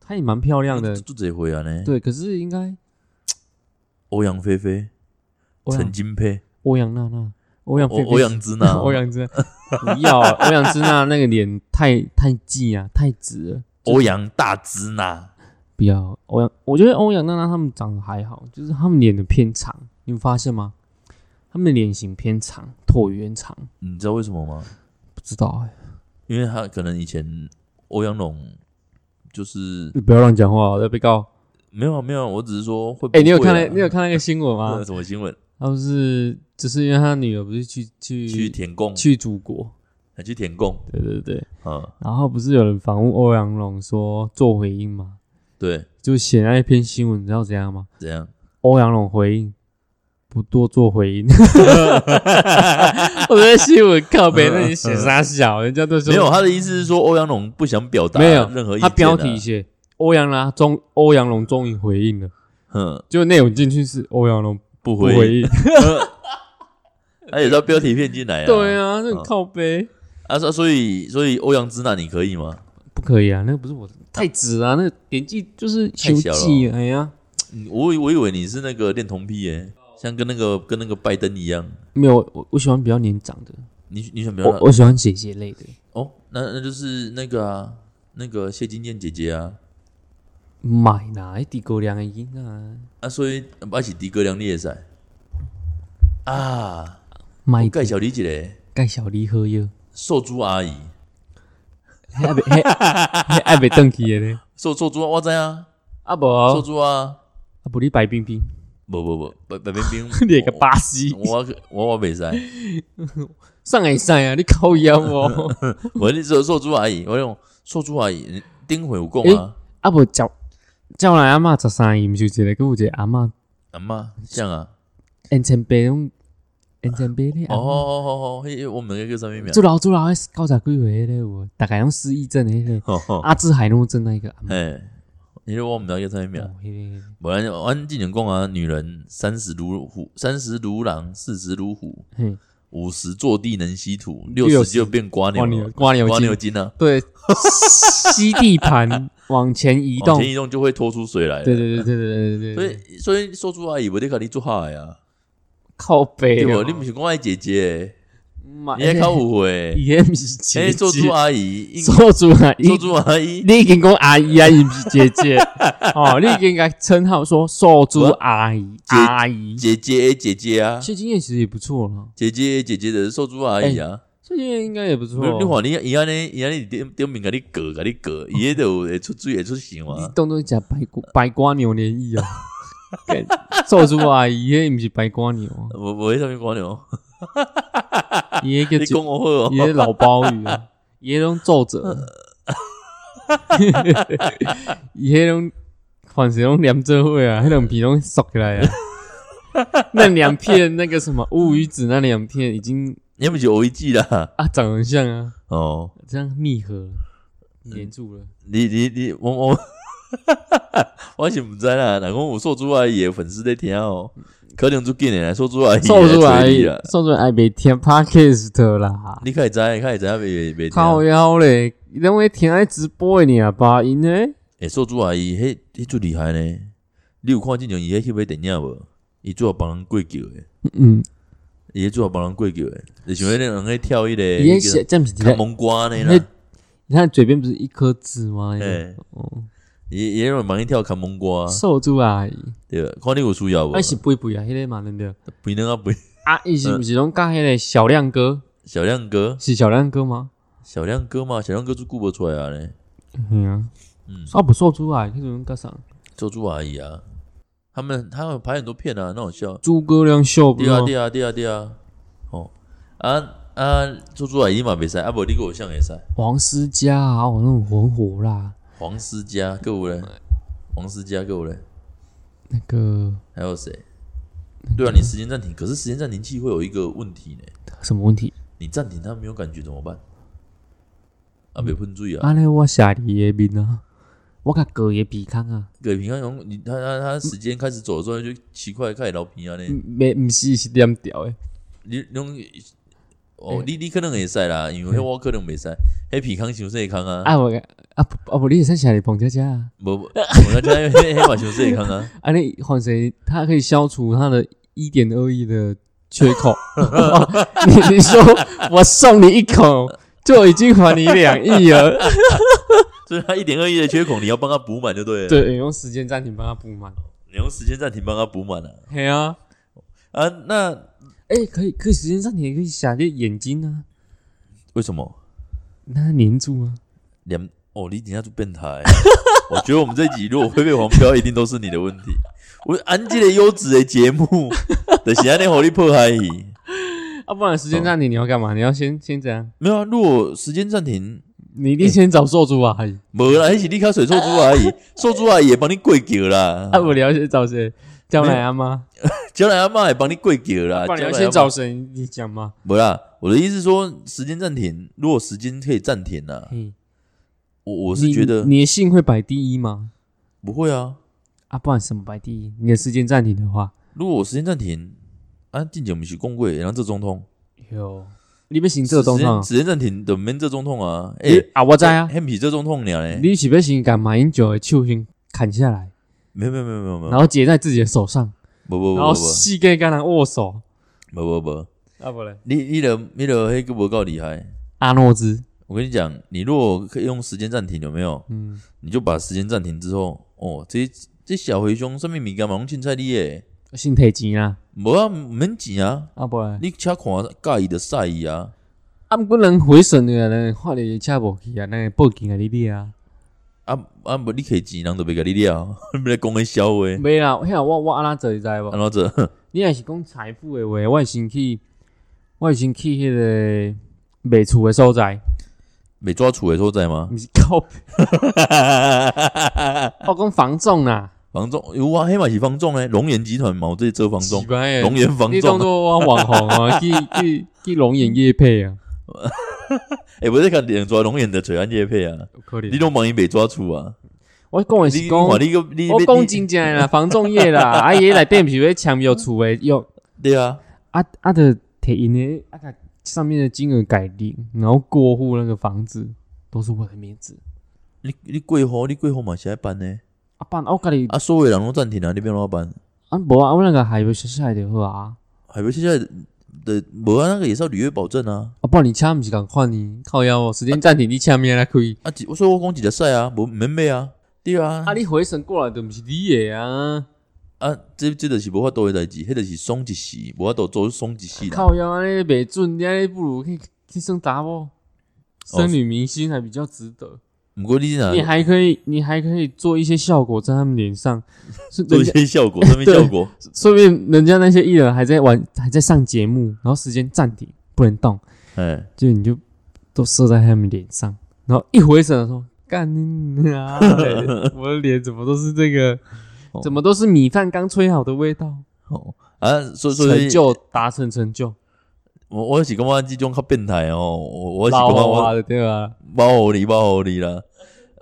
B: 她也蛮漂亮的，
A: 就这回啊呢。
B: 对，可是应该
A: 欧阳菲菲、
B: 欧
A: 陈
B: 阳
A: 金佩、
B: 欧阳娜娜、欧阳菲
A: 欧
B: 菲、
A: 欧阳之娜
B: 欧阳之娜，不要啊欧阳之娜那个脸太太近啊，太直了，
A: 欧阳大之娜，
B: 不要欧阳。我觉得欧阳娜娜她们长得还好，就是她们脸的偏长，你们发现吗？她们的脸型偏长，椭圆长，
A: 你知道为什么吗？
B: 不知道哎、
A: 因为他可能以前欧阳龙就是
B: 你不要乱讲话，我要被告。
A: 没有啊，没有啊，我只是说会不会啊。嗯
B: 哎、你有看那你有看那个新闻吗
A: 呃？什么新闻？
B: 她不是就是因为她女儿不是去去
A: 去填供，
B: 去祖国，
A: 还去舔供
B: 对对对。
A: 啊，
B: 然后不是有人访问欧阳龙说做回应吗？
A: 对，
B: 就写那一篇新闻，你知道怎样吗？
A: 怎样？
B: 欧阳龙回应不多做回 应，我在新闻靠别人写啥小，人家都
A: 嗯
B: 说
A: 没有，他的意思是说欧阳龙不想表达
B: 没有
A: 任何意见、
B: 他
A: 啊，
B: 标题写欧阳啦，终欧阳龙终于回应了，
A: 嗯
B: 就内容进去是欧阳龙
A: 不
B: 不
A: 回，
B: 回应，
A: 他也是要标题骗进来啊。
B: 对，啊，那很靠背。
A: 啊，所所以所以欧阳之娜你可以吗？
B: 不可以啊，那个不是我太直啊，那个年纪就是
A: 太小了
B: 羞忌哎呀，
A: 嗯我以我以为你是那个恋童癖耶、像跟那个跟那个拜登一样。
B: 没有我我喜欢比较年长的，
A: 你你想不要
B: 我我喜欢姐姐类的，
A: 哦，那那就是那个啊，那个谢金燕姐姐啊，
B: 买哪一滴狗粮的音啊，
A: 啊，所以而且迪哥良你也在啊，
B: 买
A: 盖小李姐嘞，
B: 盖小梨喝 药，
A: 瘦猪阿姨，
B: 还被还还被邓去的呢，
A: 瘦瘦猪啊我知啊，
B: 啊不
A: 瘦
B: 啊
A: 猪啊，
B: 不你白冰冰，，
A: 不不不，白白冰冰
B: 你个巴西
A: 我，我我我没 在，
B: 上海上啊，你靠腰哦，
A: 我那时候瘦猪阿姨，我那种瘦猪阿姨，丁回有讲啊，
B: 啊不叫叫来阿嬷十三姨，毋是有一个，佮有一个阿嬷
A: 阿妈这样啊，
B: 烟尘白拢烟尘白咧，
A: 哦哦哦哦，嘿，我们那个上面秒，
B: 做老做老，九十几岁迄个有无，大概用失忆症迄个。
A: 哦哦，
B: 阿兹海默症那一个阿嬷
A: 哎，你说我们那个上面秒。
B: 哦迄个
A: 本来就按进人讲啊，女人三十如虎，三十如狼，四十如虎，
B: 嘿，
A: 五十坐地能吸土，
B: 六
A: 六
B: 十
A: 十就变瓜牛
B: 瓜
A: 了
B: 牛，瓜牛
A: 瓜牛
B: 精，
A: 筋啊，
B: 对，吸地盘往前移
A: 往
B: 动，
A: 哦前移动就会拖出水来了。
B: 对对对对对对对
A: 所
B: 对，
A: 以所以说出来以为你可你做好呀，
B: 靠背
A: 对
B: 哦，
A: 不？你不是讲爱姐姐，
B: 妈
A: 你还靠误会。
B: 伊迄毋是姐
A: 哎，
B: 姐，
A: 做猪阿姨， 应
B: 做主啊，
A: 做
B: 伊
A: 猪阿姨，
B: 你已经讲阿姨啊，伊毋是姐姐哦，你已经该称号说瘦猪阿姨
A: 姐
B: 阿姨。
A: 姐姐姐姐啊，
B: 谢金燕其实也不错啦，
A: 姐姐姐姐的做猪阿姨啊。
B: 谢金燕应该也不错。
A: 你你看你伊安尼伊安尼点点名给你割给你割，伊迄都会出水会出形
B: 你
A: 嘛。
B: 当做食白瓜白瓜牛连衣哦，干瘦猪阿姨迄毋是白瓜牛啊，
A: 我我迄上面瓜牛。
B: 伊迄
A: 你
B: 叫
A: 讲我好 哦
B: 伊，迄老鲍鱼啊，伊迄拢皱褶，伊迄拢凡是拢连做伙啊，迄两片拢缩起来啊。那两片那个什么乌鱼子那两片已经
A: 你不是偶一季啦？
B: 啊长得很像啊，
A: 哦，
B: 这样密合连住了。
A: 你你你，我我我是不知道啦。哪讲我瘦猪阿姨的粉丝在听哦，可能最近的来瘦猪阿姨
B: 瘦出来
A: 催你啦，，
B: 瘦出来没听 podcast 啦，
A: 你开知，你开知袂袂
B: 靠
A: 听？
B: 腰嘞，因为听爱直播的你啊，吧，因为
A: 诶，瘦猪阿姨迄迄最厉害呢。你有看之前伊迄翕的电影无？伊最好帮人过桥的，
B: 嗯，
A: 伊最好帮人过桥的，就像迄人咧跳迄个
B: 也
A: 那
B: 写
A: 个
B: 这样子，
A: 看蒙瓜呢
B: 那
A: 啦，
B: 你看嘴边不是一颗痣吗？
A: 诶，
B: 哦，
A: 也也有人帮伊跳看蒙瓜，
B: 瘦猪阿姨，
A: 对，看你有需要无
B: 啊？是肥肥啊，迄个嘛，对不对？
A: 肥人啊肥，
B: 啊，伊是毋是拢甲迄个小亮哥？
A: 小亮哥。
B: 是小亮哥吗？
A: 小亮哥嘛，小亮哥就顾不出来啊嘞，
B: 嗯啊，
A: 嗯，
B: 啊不瘦猪阿姨，迄种甲啥？
A: 周猪阿姨啊，他们他们拍很多片啊，很好笑。
B: 诸葛亮秀不
A: 对
B: 是
A: 啊
B: 吗？
A: 对啊对啊对啊，哦啊啊，周猪阿姨嘛袂使，啊无你给我像会使，
B: 王思佳啊，我那种很火啦，
A: 黄思佳够有嘞，黄思佳够有嘞，
B: 那个
A: 还有谁？对啊，你时间暂停，可是时间暂停器会有一个问题呢，
B: 什么问题？
A: 你暂停它没有感觉怎么办？啊，别喷醉啊！
B: 安尼我写你的面啊，我甲割伊鼻孔啊，
A: 给平常用你他他他时间开始走的时候就奇怪开始流鼻啊嘞。
B: 没毋是是点调诶，
A: 你侬哦，你你可能会使啦，因为迄我可能袂使，迄鼻孔伤细孔啊，
B: 啊我甲啊不啊不，你会使写你彭佳佳啊，
A: 无无，我讲迄迄嘛伤细孔 啊，
B: 安尼反正他可以消除他的一点二亿的缺 口，你你说我送你一口就已经还你两亿了。
A: 所以它一点二亿的缺口，你要帮它补满就对了，，
B: 对，用时间暂停帮他补满。
A: 你用时间暂停帮它补满啊。
B: 嘿啊，
A: 啊，那
B: 哎、可以，可以时间暂停也可以写你眼睛啊，
A: 为什么
B: 让它黏住啊。
A: 两？哦，你等一下就变 态。我觉得我们这集如果会被黄标，一定都是你的问题。 我安吉的优质的节目，就是安尼互你破坏伊。
B: 啊，不然时间暂停你要干嘛？你要先先怎样？
A: 没有啊，如果时间暂停，
B: 你一定先找兽主啊，阿姨
A: 没啦，一起立刻水兽猪 阿姨，兽猪阿姨也帮你跪桥啦
B: 啊，，我你要先找谁？叫奶阿妈，
A: 叫来阿嬷也帮你跪桥啦。
B: 不然你要
A: 哎啊叫来阿嬷
B: 先找谁？你讲嘛。
A: 不啦，我的意思是说时间暂停，如果时间可以暂停呢、啊，
B: 嗯，
A: 我我是觉得
B: 你你的性会摆第一吗？
A: 不会啊。
B: 啊，不然什么摆第一？你的时间暂停的话，
A: 如果我时间暂停，啊，进前我们去公会，然后这总统，
B: 有你要行这动
A: 时
B: 作
A: 间时间暂停的免这总统啊，哎、
B: 你啊，我知啊，
A: 很比这总统了嘞，
B: 你是不是把马英九的手先砍下来，
A: 没有没有没有没有没有，
B: 然后结在自己的手上，
A: 不哦不不
B: 然后
A: 不
B: 细跟跟人握手？
A: 不不不，
B: 啊不嘞，
A: 你你的你的黑个不够厉害，
B: 阿诺兹，
A: 我跟你讲，你如果可以用时间暂停，有没有？
B: 嗯，
A: 你就把时间暂停之后，哦，这这小回兄上面物件嘛拢凊彩你诶，
B: 先提钱啊，
A: 无啊，免钱啊。
B: 啊不嘞，
A: 你车看介意的赛伊啊，
B: 啊不过人回损的人，看到也车无去啊，那个报警啊，你你啊，
A: 啊啊无你摕钱，人就袂甲你 了，你咧讲个笑话，
B: 没啦，遐我我安那做你知无？
A: 安怎做？
B: 你若是讲财富的话，我会先去，我会先去迄个卖厝的所在，
A: 袂抓厝诶所在吗？
B: 毋是 靠，我讲房仲啦，
A: 房仲有啊，黑马是房仲诶，龙岩集团嘛，我这里做房仲
B: 奇，怪欸
A: 龙岩房
B: 你当
A: 仲，
B: 做我网红啊， 去去去龙眼夜配啊，
A: 诶，无咧甲人抓龙岩的找安叶配啊，
B: 有可
A: 你
B: 能。
A: 拢帮伊袂抓厝啊？
B: 我讲的
A: 你
B: 是
A: 你
B: 讲，
A: 看
B: 我
A: 你个你
B: 讲
A: 你
B: 真正的啦，房仲业 啦，啊伊内底毋是有咧签约厝的约，
A: 对啊，
B: 啊啊的摕因的啊甲上面的金额改定，然后过户那个房子都是我的名字。
A: 你你过户你过户嘛是爱办呢，
B: 啊爸，啊我甲你
A: 啊，所有的人拢暂停啊，你变怎么办？
B: 啊无啊，我那个还有写下来就好啊。
A: 海边现在的无啊，那个也是要履约保证啊。
B: 啊，不然你车毋是共款呢？靠腰哦，时间暂停，你车咩来开？
A: 啊，几所以我讲一个赛啊，无毋免买啊，对啊，
B: 啊，你回神过来就毋是你的啊！
A: 啊，这这就是无法度诶代志，迄就是爽一时，无法度做爽一世啦。
B: 靠腰安尼袂准，你安尼不如去去生达某，
A: 哦
B: 生女明星还比较值得。
A: 毋过你若
B: 你还可以，你还可以做一些效果在他们脸 上，是
A: 做
B: 人
A: 一
B: 家，
A: 些效 果，上面效果，
B: 说不定人家那些艺人还在玩，还在上节目，然后时间暂停不能动，
A: 哎，
B: 就你就都射在他们脸上，然后一回神的时候，干你啊！ 我的脸怎么都是这个
A: 哦，
B: 怎么都是米饭刚吹好的味道。
A: 哦啊，所以所以
B: 成，就达成成就，
A: 我我是感觉即种较变态哦，我我是感
B: 老
A: 觉
B: 啊花
A: 我
B: 的对吧？
A: 包互你包互你啦。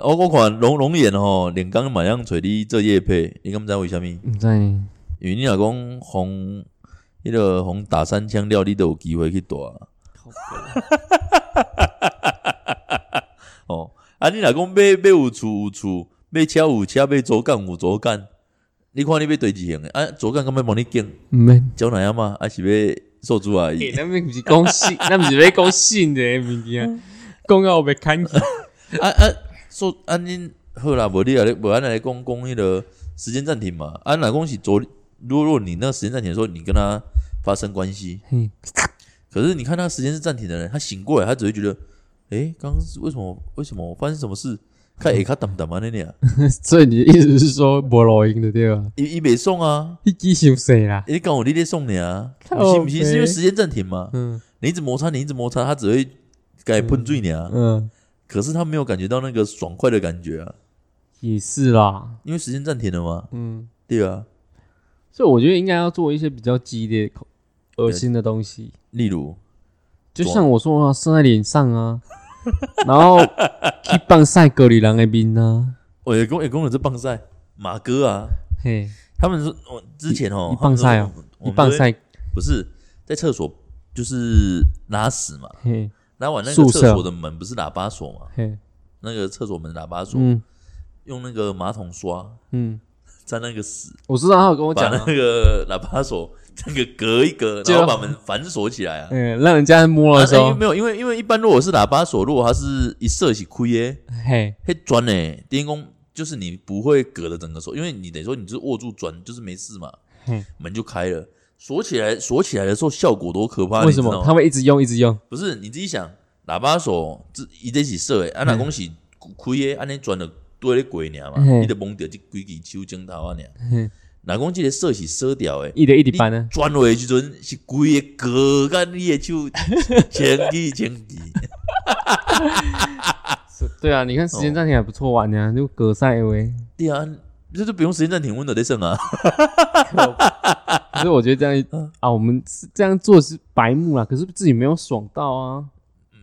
A: 我我看龙龙眼吼，连刚马上找你做夜配，你敢知为虾米？
B: 你在
A: 因为你若讲红，迄个红打三枪了，你都有机会去打。 哦，啊，你若讲买买有厝有厝，买车有车，买左干有左干，你看你要对一型的啊？左干敢要帮你拣，
B: 唔免？
A: 鸟哪样嘛？还啊是要受主阿
B: 欸
A: 姨？
B: 那边不是讲信， 那不是要讲信的物件，讲到被砍去。
A: 啊啊，受啊恁好啦，无你啊，无安来讲讲迄个时间暂停嘛。啊，若讲是昨，如果如果你那个时间暂停的时候，你跟他发生关系，
B: 嘿
A: 可是你看他时间是暂停的人，他醒过来，他只会觉得，诶，刚刚是为什么为什么发生什么事？
B: 嗯
A: 看诶，他淡淡嘛那啊俩，
B: 所以你的意思是说无录音的对吧？
A: 伊伊袂送啊，
B: 一记休息啦。
A: 你讲我你咧送你 啊，
B: 靠
A: 不是不是
B: 北
A: 是因为时间暂停嘛？
B: 嗯
A: 你一直摩擦，你一直摩擦，他只会该喷醉你啊。
B: 嗯，
A: 可是他没有感觉到那个爽快的感觉啊，
B: 也是啦。
A: 因为时间暂停了嘛，
B: 嗯，
A: 对啊。
B: 所以我觉得应该要做一些比较激烈、恶心的东西，
A: 例如，
B: 就像我说啊，射在脸上啊， 然后去放晒隔离人的面啊，
A: 我也跟也跟我这棒赛马哥啊，
B: 嘿，
A: 他们说我之前哦，
B: 一一棒赛哦
A: 他们说，
B: 一放
A: 我们都会
B: 晒
A: 不是在厕所就是拉屎嘛。
B: 嘿
A: 拉完那个
B: 宿
A: 厕
B: 舍
A: 所的门不是喇叭锁嘛？
B: 嘿，
A: 那个厕所门喇叭锁，
B: 嗯
A: 用那个马桶刷
B: 嗯。
A: 沾那个屎，
B: 我知道他有跟我
A: 把
B: 讲、
A: 那
B: 啊，
A: 个喇叭锁那个隔一隔，
B: 就啊
A: 然后把门反锁起来啊。
B: 嗯，让人家摸
A: 啊
B: 的时
A: 因为
B: 候，
A: 没有，因为因为一般如果是喇叭锁，如果它是一射起亏耶，
B: 嘿，
A: 嘿砖呢，电工就是你不会隔了整个手，因为你等于说你就是握住砖，就是没事嘛
B: 嗯，
A: 门就开了。锁起来，锁起来的时候效果多可怕！
B: 为什
A: 你知道
B: 么
A: 吗
B: 他会一直用一直用？
A: 不是你自己想，喇叭手这伊在起射诶，啊，若讲是开诶，安尼转着对咧过尔嘛，
B: 嘿
A: 你着摸着即几支手指头啊尔
B: 嘿。
A: 若讲即个锁是锁掉诶，
B: 一直一直搬啊，
A: 转回去阵是规个割干你诶手，前去前 去，
B: 对啊，你看时间暂停还不错玩呢、就隔赛威。
A: 对啊，这就不用时间暂停，阮著咧算 啊。
B: 可是我觉得这
A: 嗯
B: 样啊，我们是这样做是白目啦，可是自己没有爽到啊，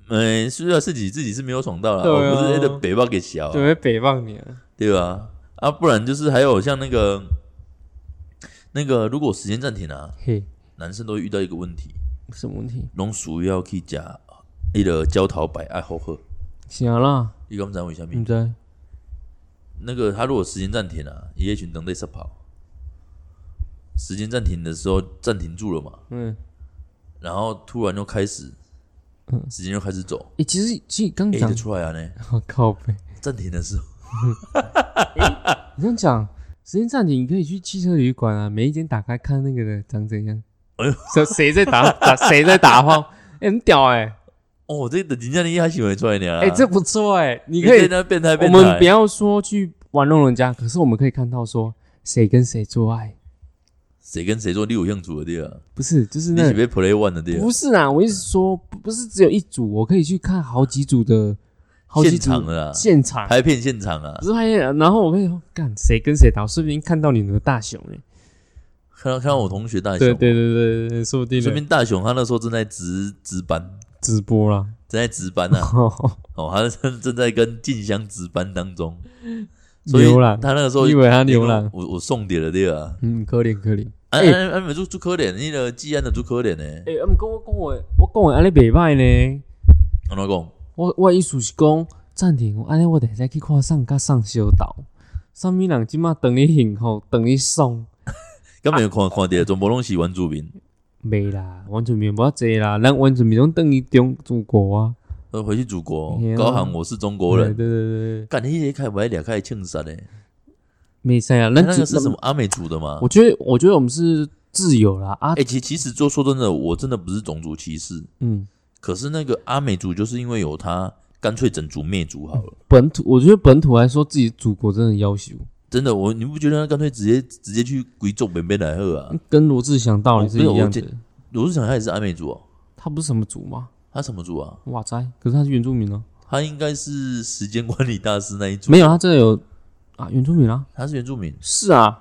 A: 嗯，是啊，自己自己是没有爽到啦，哦
B: 对啊
A: 我不是那个北巴给小啊、
B: 就会诽谤你啊。
A: 对吧？啊，不然就是还有像那个那个，如果时间暂停啊，
B: 嘿，
A: 男生都会遇到一个问题，
B: 什么问题？
A: 拢属于要去食迄个焦桃白爱好喝。
B: 行啊啦，
A: 你敢知为虾米？
B: 你知？
A: 那个他如果时间暂停啊，一夜群等对赛跑。时间暂停的时候暂停住了嘛，
B: 嗯，
A: 然后突然又开始，
B: 嗯
A: 时间又开始走，
B: 诶、其实其实刚
A: 哎、
B: 讲
A: 就，出来啊呢。
B: 我靠背，
A: 暂停的时候，
B: 你这样讲，时间暂停，你可以去汽车旅馆啊，每一间打开看那个的长怎样。
A: 哎呦
B: 谁谁在打打谁在打晃？哎、很屌哎、
A: 哦，这等人家厉害行为出来呢。
B: 哎、这不错哎、你
A: 嗯你
B: 可以
A: 变，态变态
B: 我
A: 变态，
B: 们不要说去玩弄人家，可是我们可以看到说谁跟谁做爱，
A: 谁跟谁做你有兴趣的对啊，
B: 不是就是
A: 你
B: 那
A: 是被 play one 的对啊
B: 不，是啊，我意思说不不是只有一组，我可以去看好几组的，好几
A: 现
B: 组
A: 场的啦，啊
B: 现场
A: 拍片现场啊
B: 不，是拍现场，然后我会说干谁跟谁打，我说不定看到你的大熊哎、
A: 啊看到看到我同学大雄，
B: 对对对对对，说不定
A: 说
B: 呢
A: 明大雄他那时候正在值值班，
B: 直播啦。
A: 正在值班啊，哦，他正 正在跟静香值班当中， 所以
B: 牛郎
A: 他那个时候
B: 你以为他牛郎？
A: 我我送点了对啊，
B: 嗯，可怜可怜。
A: 啊
B: 哎
A: 啊啊！美珠朱可怜，那个季安的朱可怜呢？
B: 诶、欸，毋过我讲话，我讲话安尼袂歹呢。
A: 我老公，
B: 我我的意思是讲暂停，安尼我得再去看送甲送小岛。啥物人即马等你幸福，等你爽，
A: 根本有看看到全部拢是原住民，
B: 袂啦，完全面无遐济啦，咱完全面拢等于中中国啊。
A: 呃，回去祖国
B: 嘿，啊
A: 高喊我是中国
B: 对对
A: 人，
B: 对对，
A: 干你一开白俩开庆杀嘞，
B: 没使啊，
A: 他
B: 咱
A: 那个
B: 只
A: 是什么？阿美族的吗？
B: 我觉得我觉得我们是自由啦啊，
A: 哎，其其实就说真的，我真的不是种族歧视，
B: 嗯，
A: 可是那个阿美族就是因为有他，干脆整族灭族好了。
B: 本土我觉得本土来说自己祖国真的要求，
A: 真的，我你不觉得他干脆直接直接去鬼种北边来喝啊？
B: 跟罗志祥道理是
A: 哦没有
B: 一
A: 我
B: 样
A: 觉
B: 的。
A: 罗志祥他也是阿美族哦，
B: 他不是什么族吗？
A: 他什么族啊？
B: 哇塞！可是他是原住民哦、
A: 他应该是时间管理大师那一族，
B: 没有，他真的有啊，原住民啊，
A: 他是原住民，
B: 是啊，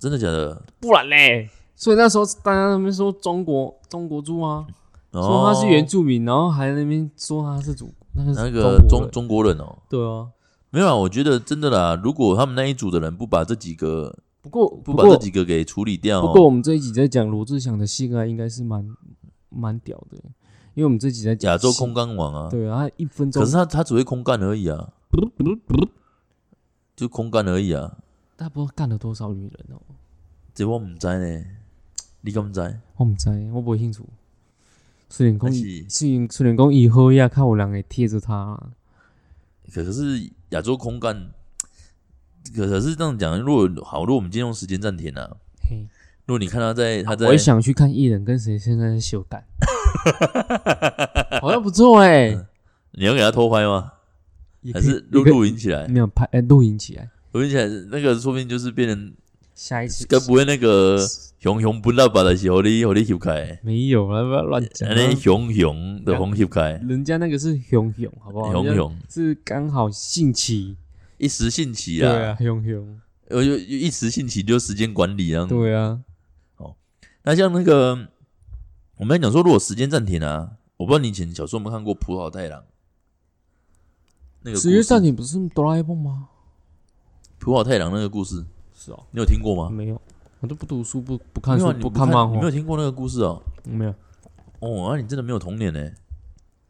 A: 真的假的？
B: 不然嘞。所以那时候大家在那边说中国中国猪啊，
A: 哦，
B: 说他是原住民，然后还在那边说他是祖那个是
A: 那个
B: 中国
A: 中
B: 人
A: 中国人哦，
B: 对啊。
A: 没有啊，我觉得真的啦，如果他们那一组的人不把这几个
B: 不过
A: 不
B: 不
A: 把这
B: 过
A: 几个给处理掉、
B: 不过
A: 哦，
B: 我们这一集在讲罗志祥的性爱，应该是蛮蛮屌的，因为我们这一集在讲
A: 亚洲
B: 性
A: 空干王啊，
B: 对啊，他一分钟
A: 可是他他只会空干而已啊，就空干而已啊，
B: 他不知道干了多少女人哦，
A: 这我唔知呢，你敢不知？
B: 我唔知，我不会清楚。虽然讲
A: 但
B: 伊，
A: 是
B: 虽然虽然讲以后呀，看有人会贴着他啊，
A: 可可是亚洲空干，可可是这样讲，如果好，如果我们今天用时间暂停啊，
B: 嘿，
A: 如果你看他在他在，
B: 我也想去看艺人跟谁现在在修 改，好像不错哎、
A: 你要给他偷拍吗？
B: 也
A: 嗯还
B: 可以
A: 是录
B: 也可以
A: 录影起来？
B: 没有拍哎录影起来，
A: 录影起来，那个说不定就是变成
B: 下一期
A: 该不会那个熊熊不拉把的时候，你和你吸开，
B: 没有了，不要乱讲啊，
A: 那熊熊的红吸开，
B: 人家那个是熊熊，好不好？
A: 熊
B: 人家
A: 熊
B: 是刚好兴起，
A: 一时兴起
B: 对
A: 啊
B: 啊，，熊熊，
A: 我就一时兴起就时间管理这样子。
B: 对啊，
A: 那像那个我们讲说，如果时间暂停啊，我不知道你以前小时候有没有看过《葡萄太郎》那个故
B: 十
A: 事
B: 月上你不是哆啦 A 梦吗？
A: 浦岛太郎那个故事，
B: 是哦，
A: 你有听过吗？
B: 没有，我都不读书，不不看
A: 啊没有
B: 书
A: 啊，你
B: 不
A: 不
B: 看
A: 看
B: 漫
A: 你
B: 画
A: 没有，听过那个故事哦。
B: 没有。
A: 哦，那、你真的没有童年呢。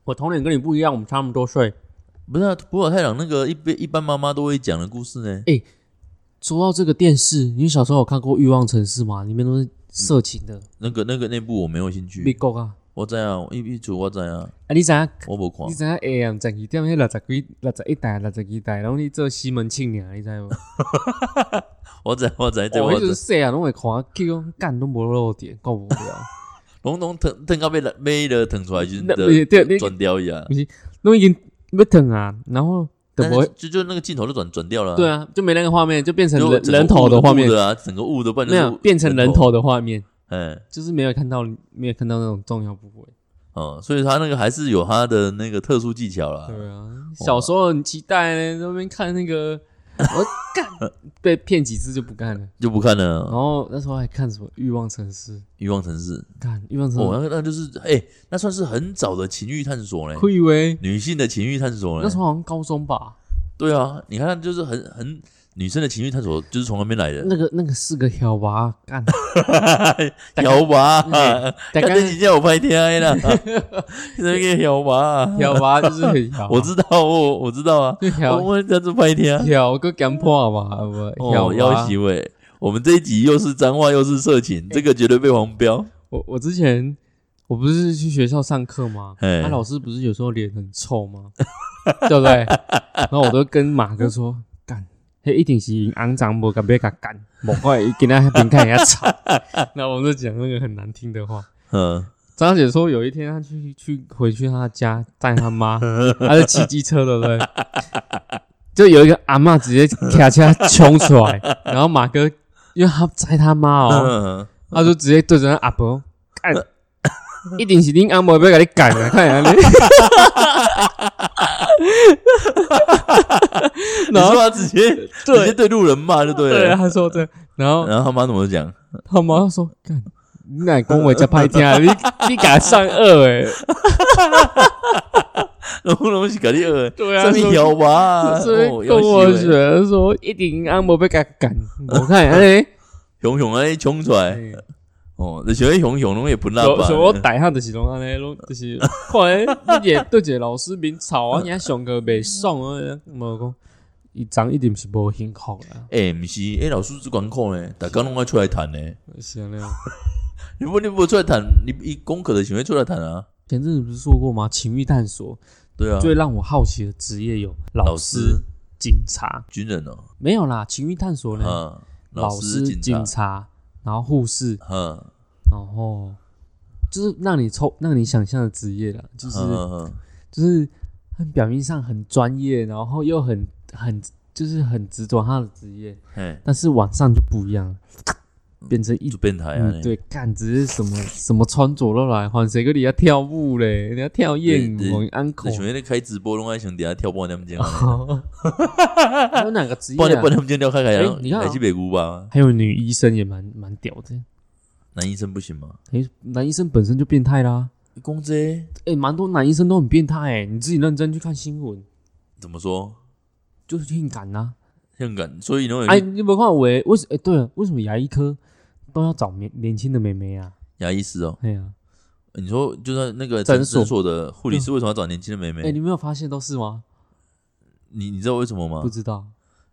B: 我童年跟你不一样，我们差那么多岁。
A: 不是啊，浦岛太郎那个一般一般妈妈都会讲的故事呢。
B: 说到这个电视，你小时候有看过《欲望城市》吗？里面都是色情的，
A: 那个那个那部我没有兴
B: 美
A: 趣，
B: 国啊！
A: 我知啊，一一组我知啊，
B: 啊，你知影？
A: 我无看
B: 你。知影 AM 十二点迄六十几、六十一台、六十几台，然后你做西门庆尔，你知 无？
A: 我知我知，这
B: 我
A: 我
B: 就是
A: 知。
B: 细啊，拢会看，去讲干都无漏点，够无聊。
A: 龙龙腾腾到被被了腾出来就是
B: 那对对那
A: 转掉一下。
B: 拢已经要疼啊，然后怎么会？
A: 就就那个镜头就转转掉了、
B: 对，啊，就没那个画面，就变成
A: 就
B: 人
A: 整个
B: 人头
A: 雾的
B: 画面
A: 雾，的啊，整个雾的，不然就
B: 没
A: 是
B: 有
A: 雾
B: 变成人，头的画面，
A: 哎，
B: 就是没有看到没有看到那种重要部位。
A: 嗯，所以他那个还是有他的那个特殊技巧啦。
B: 对啊，小时候很期待呢，在那边看那个，我 干被骗几次就不干了。
A: 就不看
B: 然
A: 了，《
B: 后那时候还看什么《欲望城市》，
A: 欲望城市》
B: 干《欲望城市
A: 哦，》，那那就是哎、那算是很早的情欲探索嘞，
B: 我以为
A: 女性的情欲探索
B: 那时
A: 嘞。
B: 候好像高中吧，
A: 对啊，你看，就是很很女生的情欲探索就是从那边来 的。
B: 那个那个四个小娃 干，大概
A: 摇 娃，
B: 嗯大
A: 看
B: 概
A: 这几天我拍天 啦，你怎么给摇娃？
B: 小 娃就是很小，
A: 我知道，我我知道啊，
B: 就
A: 我
B: 小
A: 们这样子拍天啊。
B: 小个讲破嘛，我
A: 哦，
B: 小
A: 要
B: 娃，
A: 席伟，我们这一集又是脏话又是色情，这个绝对被黄标。
B: 我我之前。我不是去学校上课吗？
A: 嘿
B: 他、老师不是有时候脸很臭吗？对不对？然后我都跟马哥说，干，那一定是肮脏，无敢别甲干，莫怪伊今天边看人家 吵。那我们就讲那个很难听的话。
A: 嗯，
B: 张姐说，有一天她去去回去她家带她妈，她是骑机车的，对不对，就有一个阿嬷直接卡车冲出来，然后马哥因为他载他妈哦，
A: 嗯
B: 他就直接对着那阿伯干，一定是恁阿嬷要给你干啊，看下你，
A: 你
B: 然
A: 说
B: 后
A: 他直接直接对路人骂就对嗯
B: 对，啊
A: 了。
B: 他说这，然后
A: 然后他妈怎么讲？
B: 他妈说干。你奶恭维在拍听啊！你你敢上二哎诶、
A: 然后东西搞第二，
B: 对啊，
A: 上面摇吧，
B: 所以
A: 哦
B: 跟我，
A: 摇起
B: 学说一定阿嬷要甲干，我看哎，
A: 熊熊哎冲出来哦，你喜欢熊熊，侬也不那
B: 所
A: 吧？
B: 所以我逮下就是拢安尼，拢就是 看那你也对一个老师面吵啊，人家上课袂爽啊，无讲伊长一定是无幸福啦，
A: 哎，不是，哎，老师只管看呢，大家拢爱出来谈呢。
B: 是安尼啊。
A: 你不你不出来谈，你一功课的行为出来谈啊？
B: 前阵子不是说过吗？情欲探索
A: 对啊，
B: 最让我好奇的职业有
A: 老
B: 老师
A: 师、、
B: 警察，
A: 军人哦，
B: 没有啦，情欲探索呢，
A: 啊，
B: 老
A: 师、
B: 师、
A: 警
B: 警，察，然后护士，
A: 嗯，
B: 然后就是让你抽让你想象的职业啦，就是
A: 嗯嗯
B: 就是很表面上很专业，然后又很很就是很执着他的职业，
A: 嗯，
B: 但是晚上就不一样了，变成一
A: 就变态啊
B: 嗯，，对，干只是什么什么穿着都来，换谁跟你要跳舞嘞，你要跳艳
A: 对
B: 舞
A: 那像
B: ，uncle，
A: 那咧开直播，拢爱想底下跳半点钟啊，
B: 还有哪个职业
A: 半点
B: 啊、
A: 半点钟跳开开，
B: 哎
A: 然后
B: 你看啊
A: 来去北姑吧，
B: 还有女医生也蛮蛮屌的，
A: 男医生不行吗？
B: 诶，男医生本身就变态啦，
A: 公这
B: 诶，蛮多男医生都很变态诶，你自己认真去看新闻，
A: 怎么说？
B: 就是啊性感啦、
A: 性感，所以侬
B: 哎，
A: 有
B: 你没看为为什？哎，对了，为什么牙医科都要找年年轻的妹妹啊？
A: 牙医师哦，
B: 哎呀，
A: 你说就算那个
B: 诊
A: 诊
B: 所
A: 所的护理师为什么要找年轻的妹
B: 哎，
A: 妹
B: 你？没有发现都是吗？
A: 你你知道为什么吗
B: 不？知道，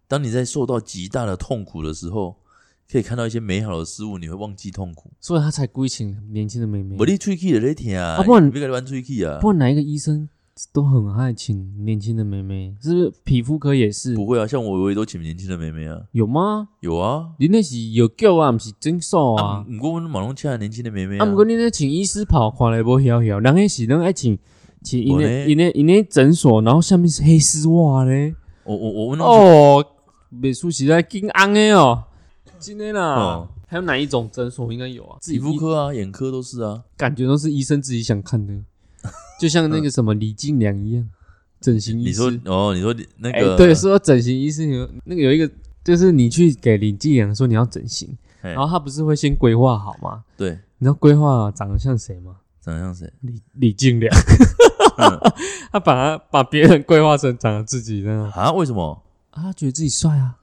A: 当你在受到极大的痛苦的时候，可以看到一些美好的事物，你会忘记痛苦。
B: 所以他才故意请年轻的妹妹
A: 我。你吹气的那天啊，
B: 嗯啊不然
A: 你别跟你玩吹气啊，
B: 不管哪一个医生都很爱请年轻的妹妹，是不是？皮肤科也是
A: 不会啊，像我我也都请年轻的妹妹啊，
B: 有吗？
A: 有啊，
B: 你那是有叫啊，不是诊所
A: 啊，
B: 啊。
A: 不过我们马龙请年轻的妹妹啊
B: 啊，，不过你那请医师跑，看来无晓晓，人那是人爱请请因
A: 没
B: 那
A: 呢
B: 因那因那诊所，然后下面是黑丝袜嘞。
A: 我我我问哦，
B: 哦，美术实在金安的哦，真的啦。
A: 哦
B: 还有哪一种诊所应该有啊？自己
A: 皮肤
B: 医
A: 科啊，眼科都是啊，
B: 感觉都是医生自己想看 的，就像那个什么李静良一样，整形医
A: 你
B: 师
A: 说。哦，你说那
B: 哎、
A: 个
B: 对，说到整形医师有那个有一个，就是你去给李静良说你要整形，
A: 嘿
B: 然后他不是会先规划好吗？
A: 对，
B: 你知道规划长得像谁吗？
A: 长得像谁？
B: 李李静良，
A: 嗯
B: 他把他把别人规划成长得自己那样，
A: 啊？为什么？
B: 啊，他觉得自己帅啊，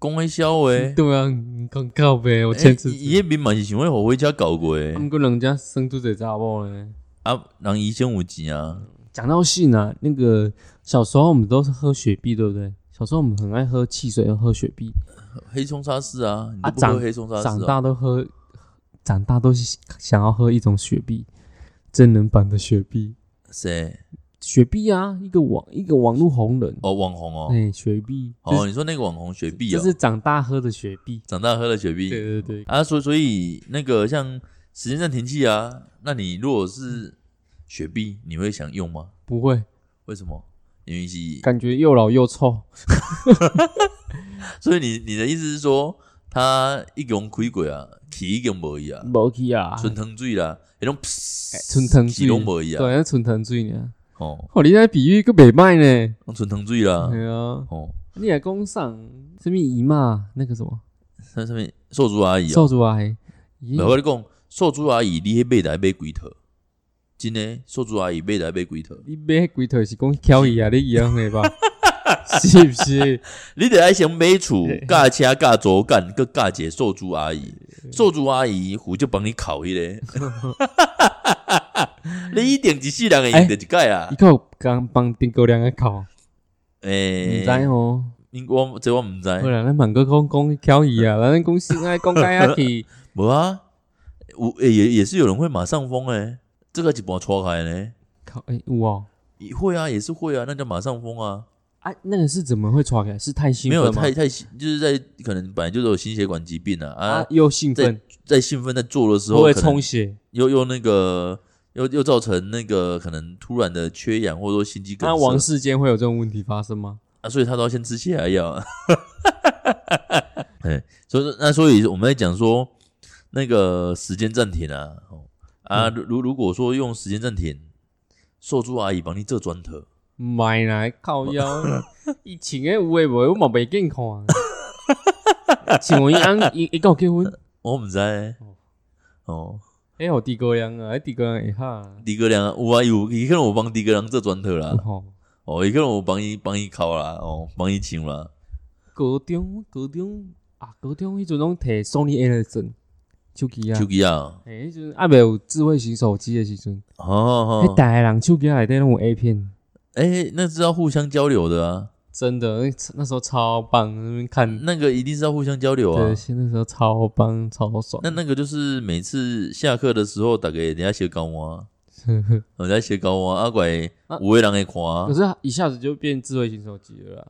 A: 公开笑诶，
B: 对啊，你讲告呗，我
A: 哎
B: 前次、
A: 伊迄面嘛是想要互回家搞过诶
B: 啊，毋过人家生出一个查某呢。
A: 啊，人伊先有钱啊，
B: 讲到性啊，那个小时候我们都是喝雪碧，对不对？小时候我们很爱喝汽水，又喝雪碧，
A: 黑松沙士啊，你
B: 啊
A: 都不
B: 长
A: 喝黑松沙士、
B: 长
A: 哦，
B: 大都喝，长大都是想要喝一种雪碧，真人版的雪碧，
A: 谁？
B: 雪碧啊，一个网一个网络红人，
A: 哦，网红哦，
B: 哎、雪碧，就
A: 哦，
B: 是
A: 你说那个网红雪碧
B: 就
A: 哦，
B: 是长大喝的雪碧，
A: 长大喝了雪碧，
B: 对对对，
A: 啊，所以所以那个像时间暂停器啊，那你如果是雪碧，你会想用吗？
B: 不会，
A: 为什么？因为是，
B: 感觉又老又臭。
A: 所以你你的意思是说，他已经开过啊，气已经无伊啊，哎
B: 无去啊，
A: 纯糖水啦，迄种
B: 纯糖水
A: 气拢无伊啊，
B: 对，那纯糖水呢？
A: 哦，
B: 哦，你那比喻个袂歹呢。
A: 纯糖水啦，
B: 对啊，
A: 哦，
B: 你来讲上什么姨妈那个什么
A: 那上面寿珠阿姨哦，
B: 瘦出来，咦
A: 我跟你讲，寿珠阿姨你迄买来买几套？真诶，寿珠阿姨买来买几套？
B: 你买几套是讲挑伊啊？你一样的 吧？是不是？
A: 你得爱先买厝
B: 对、
A: 架车、架竹竿，搁架一个寿珠阿姨。寿珠阿姨虎就帮你烤迄 个，你一定一世人会
B: 哎
A: 用着一届啊
B: 一！个刚帮丁狗两个考，唔
A: 诶、
B: 知哦。啊
A: 因我这我毋知，
B: 后来咱蛮哥讲讲挑伊啊，咱公司爱讲解下去，
A: 无啊，有诶、也也是有人会马上疯诶、这个一般错开呢，
B: 靠哎有哦。
A: 也会啊，也是会啊，那叫马上疯啊，
B: 啊，那个是怎么会传开？是太兴
A: 没有
B: 奋吗？
A: 太太就是在可能本来就是有心血管疾病啊啊，
B: 啊，又兴奋，
A: 在兴奋在做的时
B: 不
A: 候，
B: 会
A: 可能
B: 充血。
A: 又又那个又又造成那个可能突然的缺氧或者说心肌梗
B: 那啊王
A: 塞
B: 世坚会有这种问题发生吗？
A: 啊，所以他都要先吃血压药啊。 哎，所以说那所以我们在讲说那个时间暂停啊，哦啊，
B: 嗯
A: 如如如果说用时间暂停，寿珠阿姨帮你做砖头，
B: 买来靠腰， 疫情诶有诶无的，我嘛袂健康。请问伊翁伊伊敢有结婚？
A: 我们在哦，
B: 哎，有地沟娘啊，地沟娘会哈啊。
A: 李哥良有啊有，伊可能有帮李哥良做砖头啦，
B: 吼，
A: 哦，伊可能有帮伊帮伊烤啦，哦，帮伊请啦，
B: 高中高中啊，高中迄阵拢摕 Sony Ericsson 手机啊
A: 手，机啊，
B: 诶，迄阵啊未有智慧型手机诶时阵，
A: 哦哦，
B: 迄
A: 哦
B: 逐个人手机内底拢有 A 片，
A: 哎、那是要互相交流的嗯啊，
B: 真的那那时候超棒，那边看
A: 那个一定是要互相交流啊
B: 对，。是那时候超棒超爽。
A: 那那个就是每次下课的时候，大概人家写高啊，人家写高啊，阿拐
B: 啊
A: 五位人会看
B: 可
A: 啊。
B: 是它一下子就变智慧型手机了啦。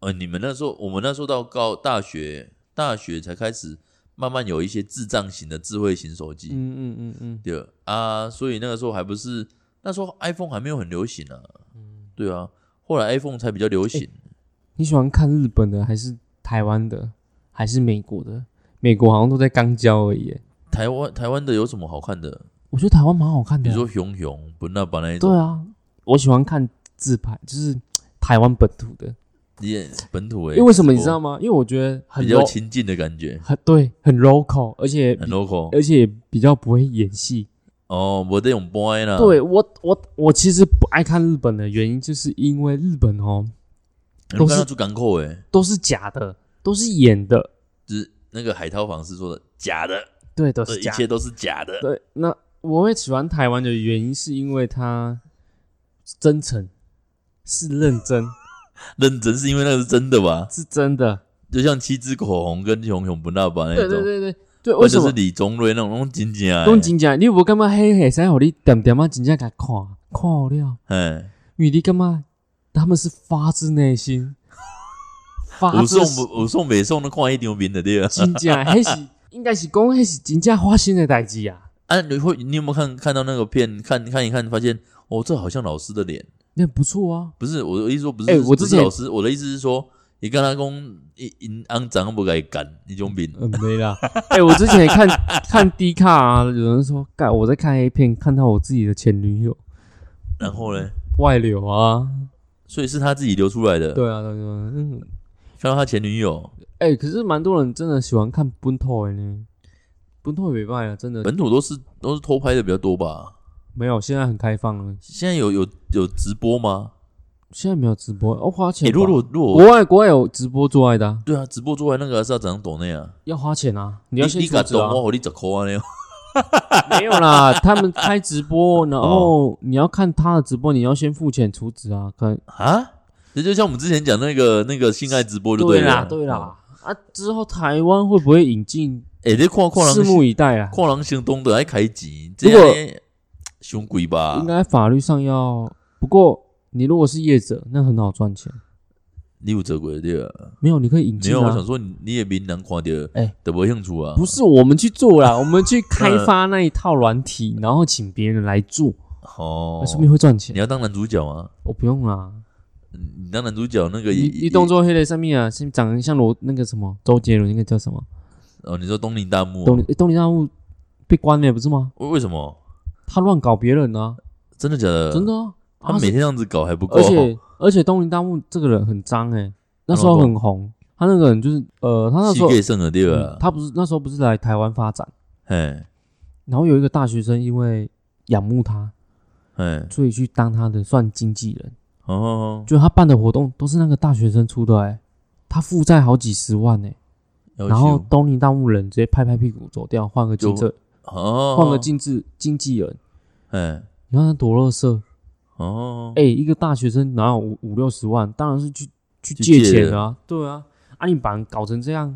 A: 呃，你们那时候，我们那时候到高大学，大学才开始慢慢有一些智障型的智慧型手机，
B: 嗯嗯嗯嗯，
A: 对啊，所以那个时候还不是那时候 iPhone 还没有很流行啊，
B: 嗯
A: 对啊，后来 iPhone 才比较流行。
B: 你喜欢看日本的还是台湾的还是美国的？美国好像都在刚交而已耶。
A: 台湾台湾的有什么好看的？
B: 我觉得台湾蛮好看
A: 比
B: 的啊、
A: 如说熊熊、不那把那一种，
B: 对啊，我喜欢看自拍，就是台湾本土的。
A: 你也本土诶、
B: 因为为什么你知道吗？因为我觉得很
A: 比较
B: low，
A: 亲近的感觉，
B: 很对，很 local，而且
A: 很
B: 比
A: local
B: 而且也比较不会演戏。
A: 哦，我这种 boy 啦，
B: 对我我我其实不爱看日本的原因，就是因为日本哦
A: 欸，
B: 都
A: 都
B: 是
A: 是住港口诶，
B: 都是假的，都是演的，
A: 就是那个海涛房是说的假的，
B: 对，都
A: 这
B: 是
A: 一
B: 假的
A: 切都是假的，
B: 对，那我会喜欢台湾的原因是因为它真诚，是认真，
A: 认真是因为那个是真的吧？
B: 是真的。
A: 就像七支口红跟熊熊不那把那
B: 对
A: 种，
B: 对对对对，
A: 或
B: 为什
A: 者是
B: 么？
A: 李宗瑞那种那种真哎假，
B: 讲真正，你无感觉黑黑使互你点点啊，真正甲看看好了，
A: 哎，
B: 因为你感觉他们是发自内心，发
A: 我
B: 自
A: 送我送北送都看一张面的对啊。
B: 真正，迄是应该是讲迄是真正发生的代志啊。
A: 啊，你会你有没有看看到那个片？看看一看，发现哦，这好像老师的脸。
B: 那不错啊，
A: 不是我的意思说不是，
B: 欸我
A: 不
B: 之
A: 是
B: 前
A: 老师，我的意思是说，你跟他讲，因因肮脏不该干，你种病，
B: 嗯，没啦。哎、我之前也看看 D 卡啊，有人说，干我在看 A 片，看到我自己的前女友
A: 然后呢，
B: 外流啊。
A: 所以是他自己流出来的，
B: 对啊，对啊，对啊嗯，
A: 看到他前女友，
B: 哎、可是蛮多人真的喜欢看欸本土的呢，本土也没卖啊，真的
A: 本土都是都是偷拍的比较多吧？
B: 没有，现在很开放了，
A: 现在有有有直播吗？
B: 现在没有直播哦，花
A: 诶、
B: 钱吧、
A: 如果如果
B: 国外国外有直播做爱的啊、
A: 对啊，直播做完那个是要怎样懂那样？
B: 要花钱啊，你
A: 你
B: 要先
A: 你
B: 充
A: 敢
B: 值
A: 懂
B: 啊，
A: 我和你十块啊？
B: 没有 啦，他们开直播，然后你要看他的直播，你要先付钱充值啊，看
A: 啊？这就像我们之前讲那个那个性爱直播就了，
B: 啦，对啦。啊，之后台湾会不会引进？
A: 诶、这看看
B: 拭
A: 人
B: 目以待啦。
A: 看人行动的爱开钱，这
B: 如果
A: 样凶鬼吧
B: 应？该法律上要，不过你如果是业者，那很好赚钱。
A: 你有折过对啊？
B: 没有，你可以引
A: 没
B: 进
A: 有，我
B: 啊
A: 想。说你你也闽南看的，
B: 哎
A: 都没兴趣啊？
B: 不是我们去做 啦，我们去开发那一套软体，然后请别人来做，
A: 哦
B: 那，说明会赚
A: 你
B: 钱。哦
A: 要当男主角啊？
B: 我不用啦，
A: 嗯你当男主角那个也
B: 你你动作黑的上面啊，是长得像罗那个什么周杰伦，那个叫什么？
A: 哦，你说东林大木哦、
B: 东诶东林大悟被关了不是吗？
A: 为为什么？
B: 他乱搞别人啊，
A: 真的假的？
B: 真的啊。
A: 呃他
B: 啊
A: 每天这样子搞还不够，
B: 而且而且东林大木这个人很脏哎、那时候很红。他那个人就是呃，他那时
A: 膝
B: 候、
A: 盖剩了对吧
B: 嗯？他不是那时候不是来台湾发展，嗯
A: 哎
B: 然后有一个大学生因为仰慕他，
A: 哎
B: 所以去当他的算经纪人。
A: 哦，
B: 就他办的活动都是那个大学生出的哎、他负债好几十万哎、
A: 要
B: 然后
A: 求
B: 东尼大木人直接拍拍屁股走掉，换个经纪
A: 哦
B: 换个经纪经纪人，
A: 哎
B: 你看他多乐色
A: 哦
B: 哎、一个大学生哪有五五六十万，当然是去去
A: 去
B: 借
A: 借
B: 钱
A: 的
B: 啊，对啊，啊你把人搞成这样，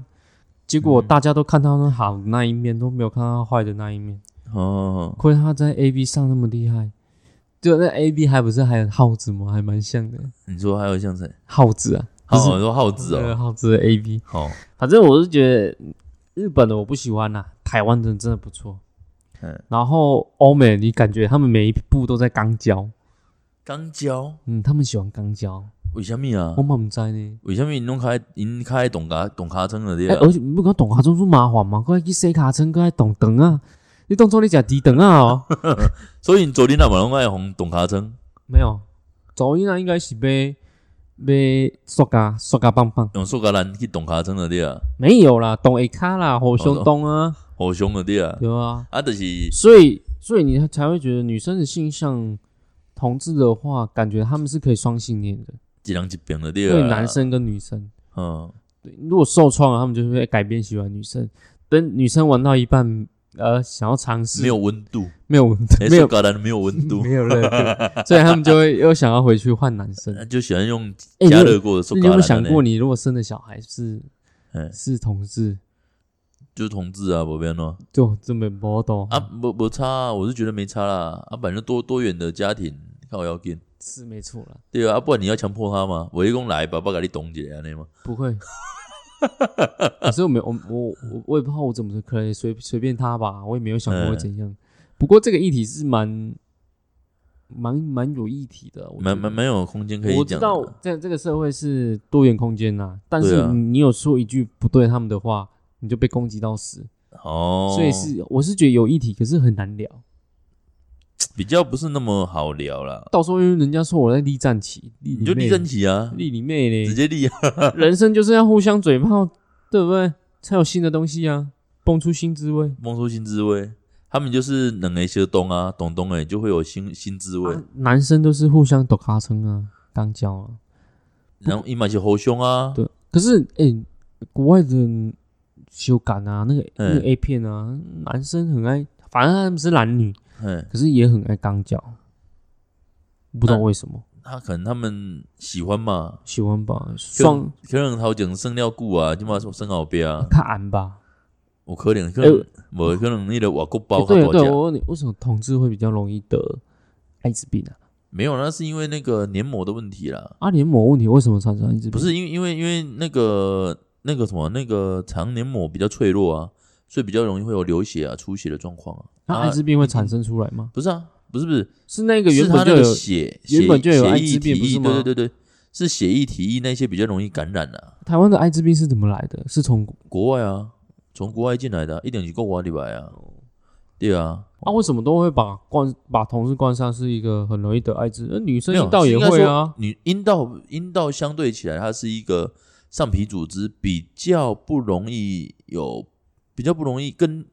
B: 结
A: 嗯
B: 果大家都看到他好的那一面，都没有看到他坏的那一面，
A: 哦
B: 亏他在 A B 上那么厉害，就那 A B 还不是还有耗子吗？还蛮像的
A: 你说还有像谁？
B: 耗子啊，
A: 好，
B: 不是
A: 我说耗子
B: 呃
A: 哦，
B: 耗子的 A B。
A: 好，
B: 反正我是觉得日本的我不喜欢啦、啊台湾的真的不错。
A: 嗯
B: 然后欧美，你感觉他们每一步都在刚交，
A: 钢胶
B: 嗯，他们喜欢刚交，
A: 为什么啊
B: 我？嘛不知道呢。
A: 为什么你弄开，你开懂卡懂卡称了对啊
B: 哎、
A: 吧？
B: 而且你不讲懂卡中说麻烦嘛，过来去洗卡车，过来懂等啊，你当做你食低等啊 哦，
A: 所以你昨天那晚拢爱红懂卡称，
B: 没有，昨天啊应该是被被塑胶塑胶棒棒，
A: 用塑胶篮去懂卡称了对吧？
B: 没有啦，懂 A 卡
A: 哦
B: 啦，好胸东啊，
A: 好凶了对吧？
B: 对啊，
A: 啊，就是
B: 所以，所以你才会觉得女生的性向同志的话，感觉他们是可以双性恋的，
A: 一人一边了对啊
B: 对
A: 吧？
B: 男，生跟女生。
A: 嗯，
B: 对，如果受创了，他们就会改变喜欢女生。等女生玩到一半，呃，想要尝试，
A: 没有温度，
B: 没有
A: 哎
B: 没
A: 塑
B: 有
A: 胶篮没有温度，
B: 没有 热度，所以他们就会又想要回去换男生。
A: 那啊就喜欢用
B: 哎
A: 加
B: 你
A: 热
B: 有
A: 过的塑
B: 你有
A: 胶
B: 没有
A: 篮。
B: 想过，你如果生的小孩是
A: 嗯
B: 是同志，
A: 就是同志啊，我边咯
B: 就这么不懂
A: 啊，没没差、啊，我是觉得没差啦。啊，反正多多元的家庭，看我要跟
B: 是没错啦，
A: 对啊，啊不然你要强迫他吗？我一共来，爸爸给你懂解安尼吗？
B: 不会。 可是我没有，我我我我也不知道我怎么可以随随便他吧，我也没有想过
A: 嗯
B: 会怎样。不过这个议题是蛮蛮蛮有议题的，我觉
A: 蛮
B: 得
A: 蛮蛮有空间可以
B: 我知
A: 讲的。啊
B: 道这这个社会是多元空间呐、但
A: 对
B: 是
A: 啊
B: 你你有说一句不对他们的话，你就被攻击到死。
A: 哦，
B: 所以是我是觉得有议题，可是很难聊。
A: 比较不是那么好聊啦。
B: 到时候因为人家说我在立战旗，立
A: 你就立正
B: 旗，
A: 旗啊，
B: 立你妹
A: 直
B: 嘞！
A: 接立啊。
B: 人生就是要互相嘴炮，对不对？才有新的东西啊，蹦出新滋味。
A: 梦出新滋味，他们就是冷一些东啊，懂懂哎，就会有新新滋味。
B: 啊男生都是互相抖卡称啊，刚交啊。
A: 然后一买些猴胸啊，
B: 对可是哎、欸国外的修改啊，那个、那个
A: 嗯
B: A 片啊，男生很爱，反正他们是男女，
A: 嘿，
B: 可是也很爱刚交，不知道为什么、
A: 他可能他们喜欢嘛，
B: 喜欢吧，双
A: 可能头前生了久啊，起码说生后边啊，
B: 看俺吧。
A: 有可能可能无可能你的外国包
B: 欸
A: 较
B: 哎对
A: 大
B: 对，
A: 只，
B: 我问你，为什么同志会比较容易得艾滋病啊？啊
A: 没有，那是因为那个黏膜的问题啦，
B: 阿联膜问题为什么产生艾滋病？
A: 不是因为因为因为那个那个什么那个肠黏膜比较脆弱啊，所以比较容易会有流血啊、出血的状况啊。
B: 那艾滋病会产生出来吗？
A: 不是啊，不是不是，
B: 是那个
A: 是
B: 原
A: 他
B: 本就
A: 那个
B: 有
A: 血
B: 原本就有
A: 血
B: 艾
A: 血液
B: 滋病
A: 体
B: 不是
A: 液
B: 吗
A: 对对对对，是血液体液那些比较容易感染啊，
B: 台湾的艾滋病是怎么来的？是从
A: 国外啊，从国外进来的、啊，一点几个外礼拜啊，对啊，
B: 啊，为什么都会把冠把同事冠上是一个很容易得艾滋？那女生阴道
A: 是
B: 也
A: 应该
B: 会
A: 说
B: 啊，
A: 女阴道阴道相对起来，它是一个上皮组织，比较不容易有，比较不容易跟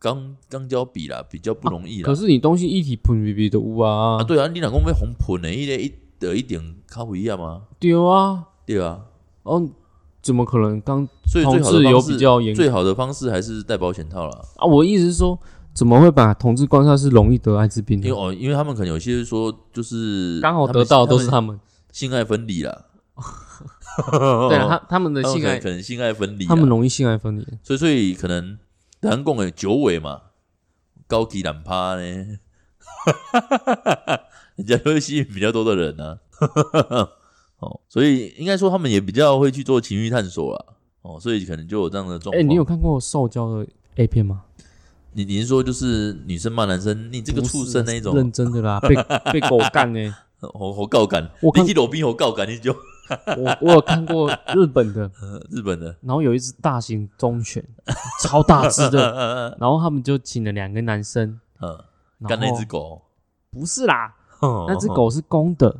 A: 肛肛交比啦，比较不容易啦。
B: 啊可是你东西一体喷鼻鼻的污啊，
A: 啊，对啊，你老公被红喷的，一个一得一点咖啡一样吗？
B: 丢啊，
A: 对啊，
B: 哦，怎么可能刚
A: 所以
B: 同
A: 最好的
B: 志有
A: 方
B: 比
A: 式，
B: 较严
A: 最好的方式还是戴保险套啦。
B: 啊？我意思是说，怎么会把同志冠上是容易得艾滋病
A: 因为
B: 的？
A: 哦，因为他们可能有些说就是
B: 嗯刚好
A: 他
B: 得
A: 们
B: 到都是
A: 他们
B: 他们，
A: 性爱分离啦，
B: 对啊，他他们的
A: 哦 他们
B: 性
A: 可能
B: 爱，
A: 可能性爱分离啊啦，
B: 他们容易性爱分离。
A: 所以所以可能咱讲的九尾嘛，高级懒趴呢， 人家都会吸引比较多的人呢、啊。哦，所以应该说他们也比较会去做情欲探索啦。哦，所以可能就有这样的状况。
B: 哎，你有看过受教的 A 片吗？
A: 你你是说就是女生骂男生，你这个
B: 不是
A: 畜生那一种
B: 认真的啦，被被狗干哎，
A: 好好告感，
B: 我
A: 你
B: 看
A: 去裸兵好告感，你就
B: 我我有看过日本的，
A: 呃日本的，
B: 然后有一只大型忠犬， 超大只的，
A: 嗯
B: 然后他们就请了两个男生，
A: 嗯，
B: 然
A: 干那
B: 后
A: 只狗，哦
B: 不是啦，那
A: 那
B: 只，狗是公的，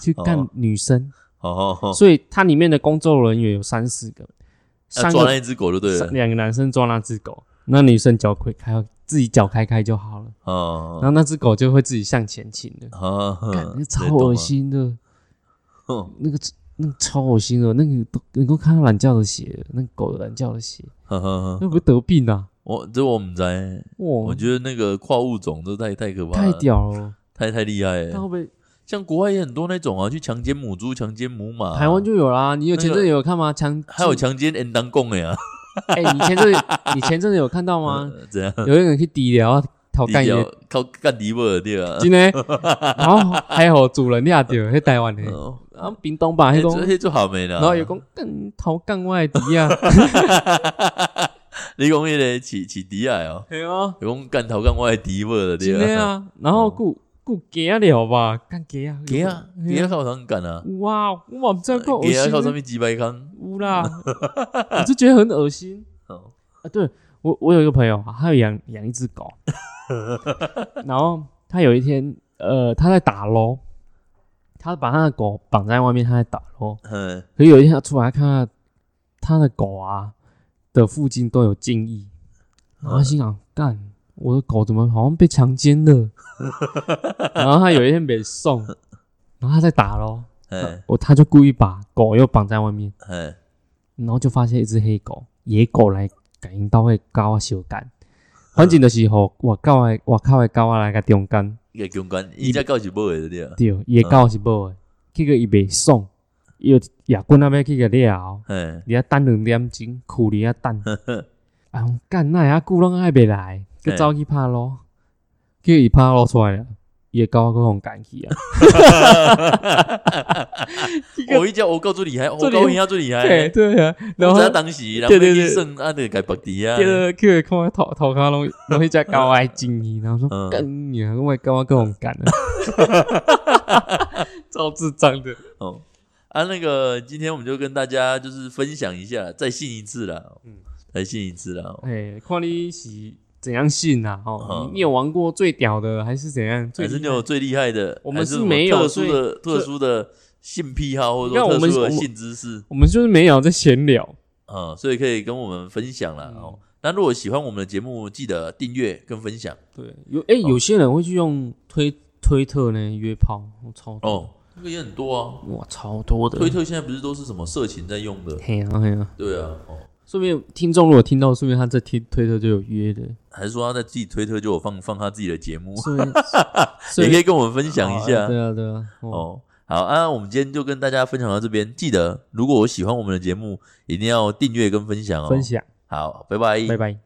B: 去干
A: 哦
B: 女生，
A: 哦，哦
B: 所以它里面的工作人员有三四个，
A: 要
B: 三
A: 抓
B: 个
A: 那只狗就对了
B: 三，两个男生抓那只狗，那女生脚开开自己脚开开就好了，
A: 哦
B: 然后那只狗就会自己向前倾的，
A: 啊，
B: 感
A: 嗯
B: 觉超恶，心的，
A: 哦
B: 那个那个超恶心的，那个都能够看到懒觉的血，那个狗的懒觉的血，
A: 呵呵呵
B: 会不会得病啊？
A: 我这我们在，我
B: 哇，
A: 觉得那个跨物种这太太可怕
B: 太
A: 了，
B: 屌了！
A: 太太厉害了。
B: 它会不会
A: 像国外也很多那种啊，去强奸母猪、强奸母马，
B: 台湾就有啦？你有前阵子有看吗？强
A: 啊还有强奸 N 当贡的呀，
B: 哎，你前 阵子你前阵子有看到吗？
A: 呃怎样？
B: 有一个人去治疗啊，讨
A: 低
B: 干
A: 调
B: 爷，
A: 靠干迪尔对啊。
B: 真的，然后还有主人抓到，迄台湾的，
A: 哦
B: 啊，屏东吧，迄
A: 迄
B: 讲，
A: 迄做好没啦。
B: 然后有讲干讨干外敌 啊，
A: 你讲迄个起起迪啊哦，
B: 对啊，
A: 有讲干头干我的迪尔的
B: 真
A: 对
B: 的
A: 啊。
B: 啊，然后顾顾鸡啊了吧，干鸡啊，
A: 鸡啊，鸡啊，靠通干啊，
B: 有啊，哇，我嘛不知道够恶
A: 鸡啊靠什
B: 心，
A: 么几百康？
B: 有啦，我就觉得很恶心
A: 哦
B: 啊。对我，我有一个朋友，他有养养一只狗，然后他有一天，呃，他在打喽，他把他的狗绑在外面，他在打喽。
A: 嗯，
B: 可是有一天他出来看他他的狗啊的附近都有襟翼，然后他心想：干，我的狗怎么好像被强奸了？然后他有一天被送，然后他在打咯，
A: 哎
B: 我他就故意把狗又绑在外面，
A: 哎，
B: 然后就发现一只黑狗，野狗来感应到会狗啊相干。
A: 嗯
B: 反正就是吼，我狗的我靠的狗啊来个中间，
A: 个强奸，伊只狗是无的对啊。
B: 对，野狗是无的，结果伊袂爽，伊就也棍仔要去个了。
A: 哎，
B: 你啊等两点钟，苦你啊 等。啊，我干那遐久拢爱袂来，佮走去拍咯，叫伊拍咯出来了，伊会狗佮互干去 啊。
A: 我一只我告最厉害，我
B: 最厉害
A: 告伊啊最厉害。
B: 对 对啊，然
A: 我
B: 后
A: 知道当时人
B: 对
A: 要
B: 对
A: 去
B: 对
A: 算啊，得改白底啊
B: 叫。叫伊看我头头壳拢拢迄只狗爱惊伊，然后说
A: 嗯
B: 干你啊，我狗啊佮互干啊， 超智障的。
A: 哦，啊，那个今天我们就跟大家就是分享一下，再信一次啦，嗯
B: 嗯，
A: 再信一次啦，
B: 哎，看你是怎样信啊？哦，
A: 嗯
B: 你你有玩过最屌的还是怎样？最
A: 还是你
B: 厉害
A: 有最厉害的，
B: 我们
A: 还是
B: 是
A: 什么
B: 没有
A: 特殊
B: 所
A: 的特殊的性癖好，或者
B: 你看
A: 说
B: 我
A: 特
B: 们
A: 殊的
B: 我们
A: 性知识
B: 我们就是没有在闲聊，
A: 啊，所以可以跟我们分享啦。
B: 嗯
A: 哦。那如果喜欢我们的节目，记得订阅跟分享
B: 对，有哎、有些人会去用推推特呢约炮，我超多，
A: 哦，这个也很多啊。
B: 哇，超多的。
A: 推特现在不是都是什么色情在用的？
B: 嘿啊嘿啊，
A: 对啊，哦，
B: 说明听众如果听到，说明他在听推特就有约 的，
A: 还是说他在自己推特就有放放他自己的节目，
B: 所以所
A: 也
B: 以
A: 可以跟我们分享一下。
B: 哦对啊对啊，哦，
A: 哦，好啊，我们今天就跟大家分享到这边。记得，如果我喜欢我们的节目，一定要订阅跟分享哦。
B: 分享，
A: 好，拜拜，
B: 拜拜。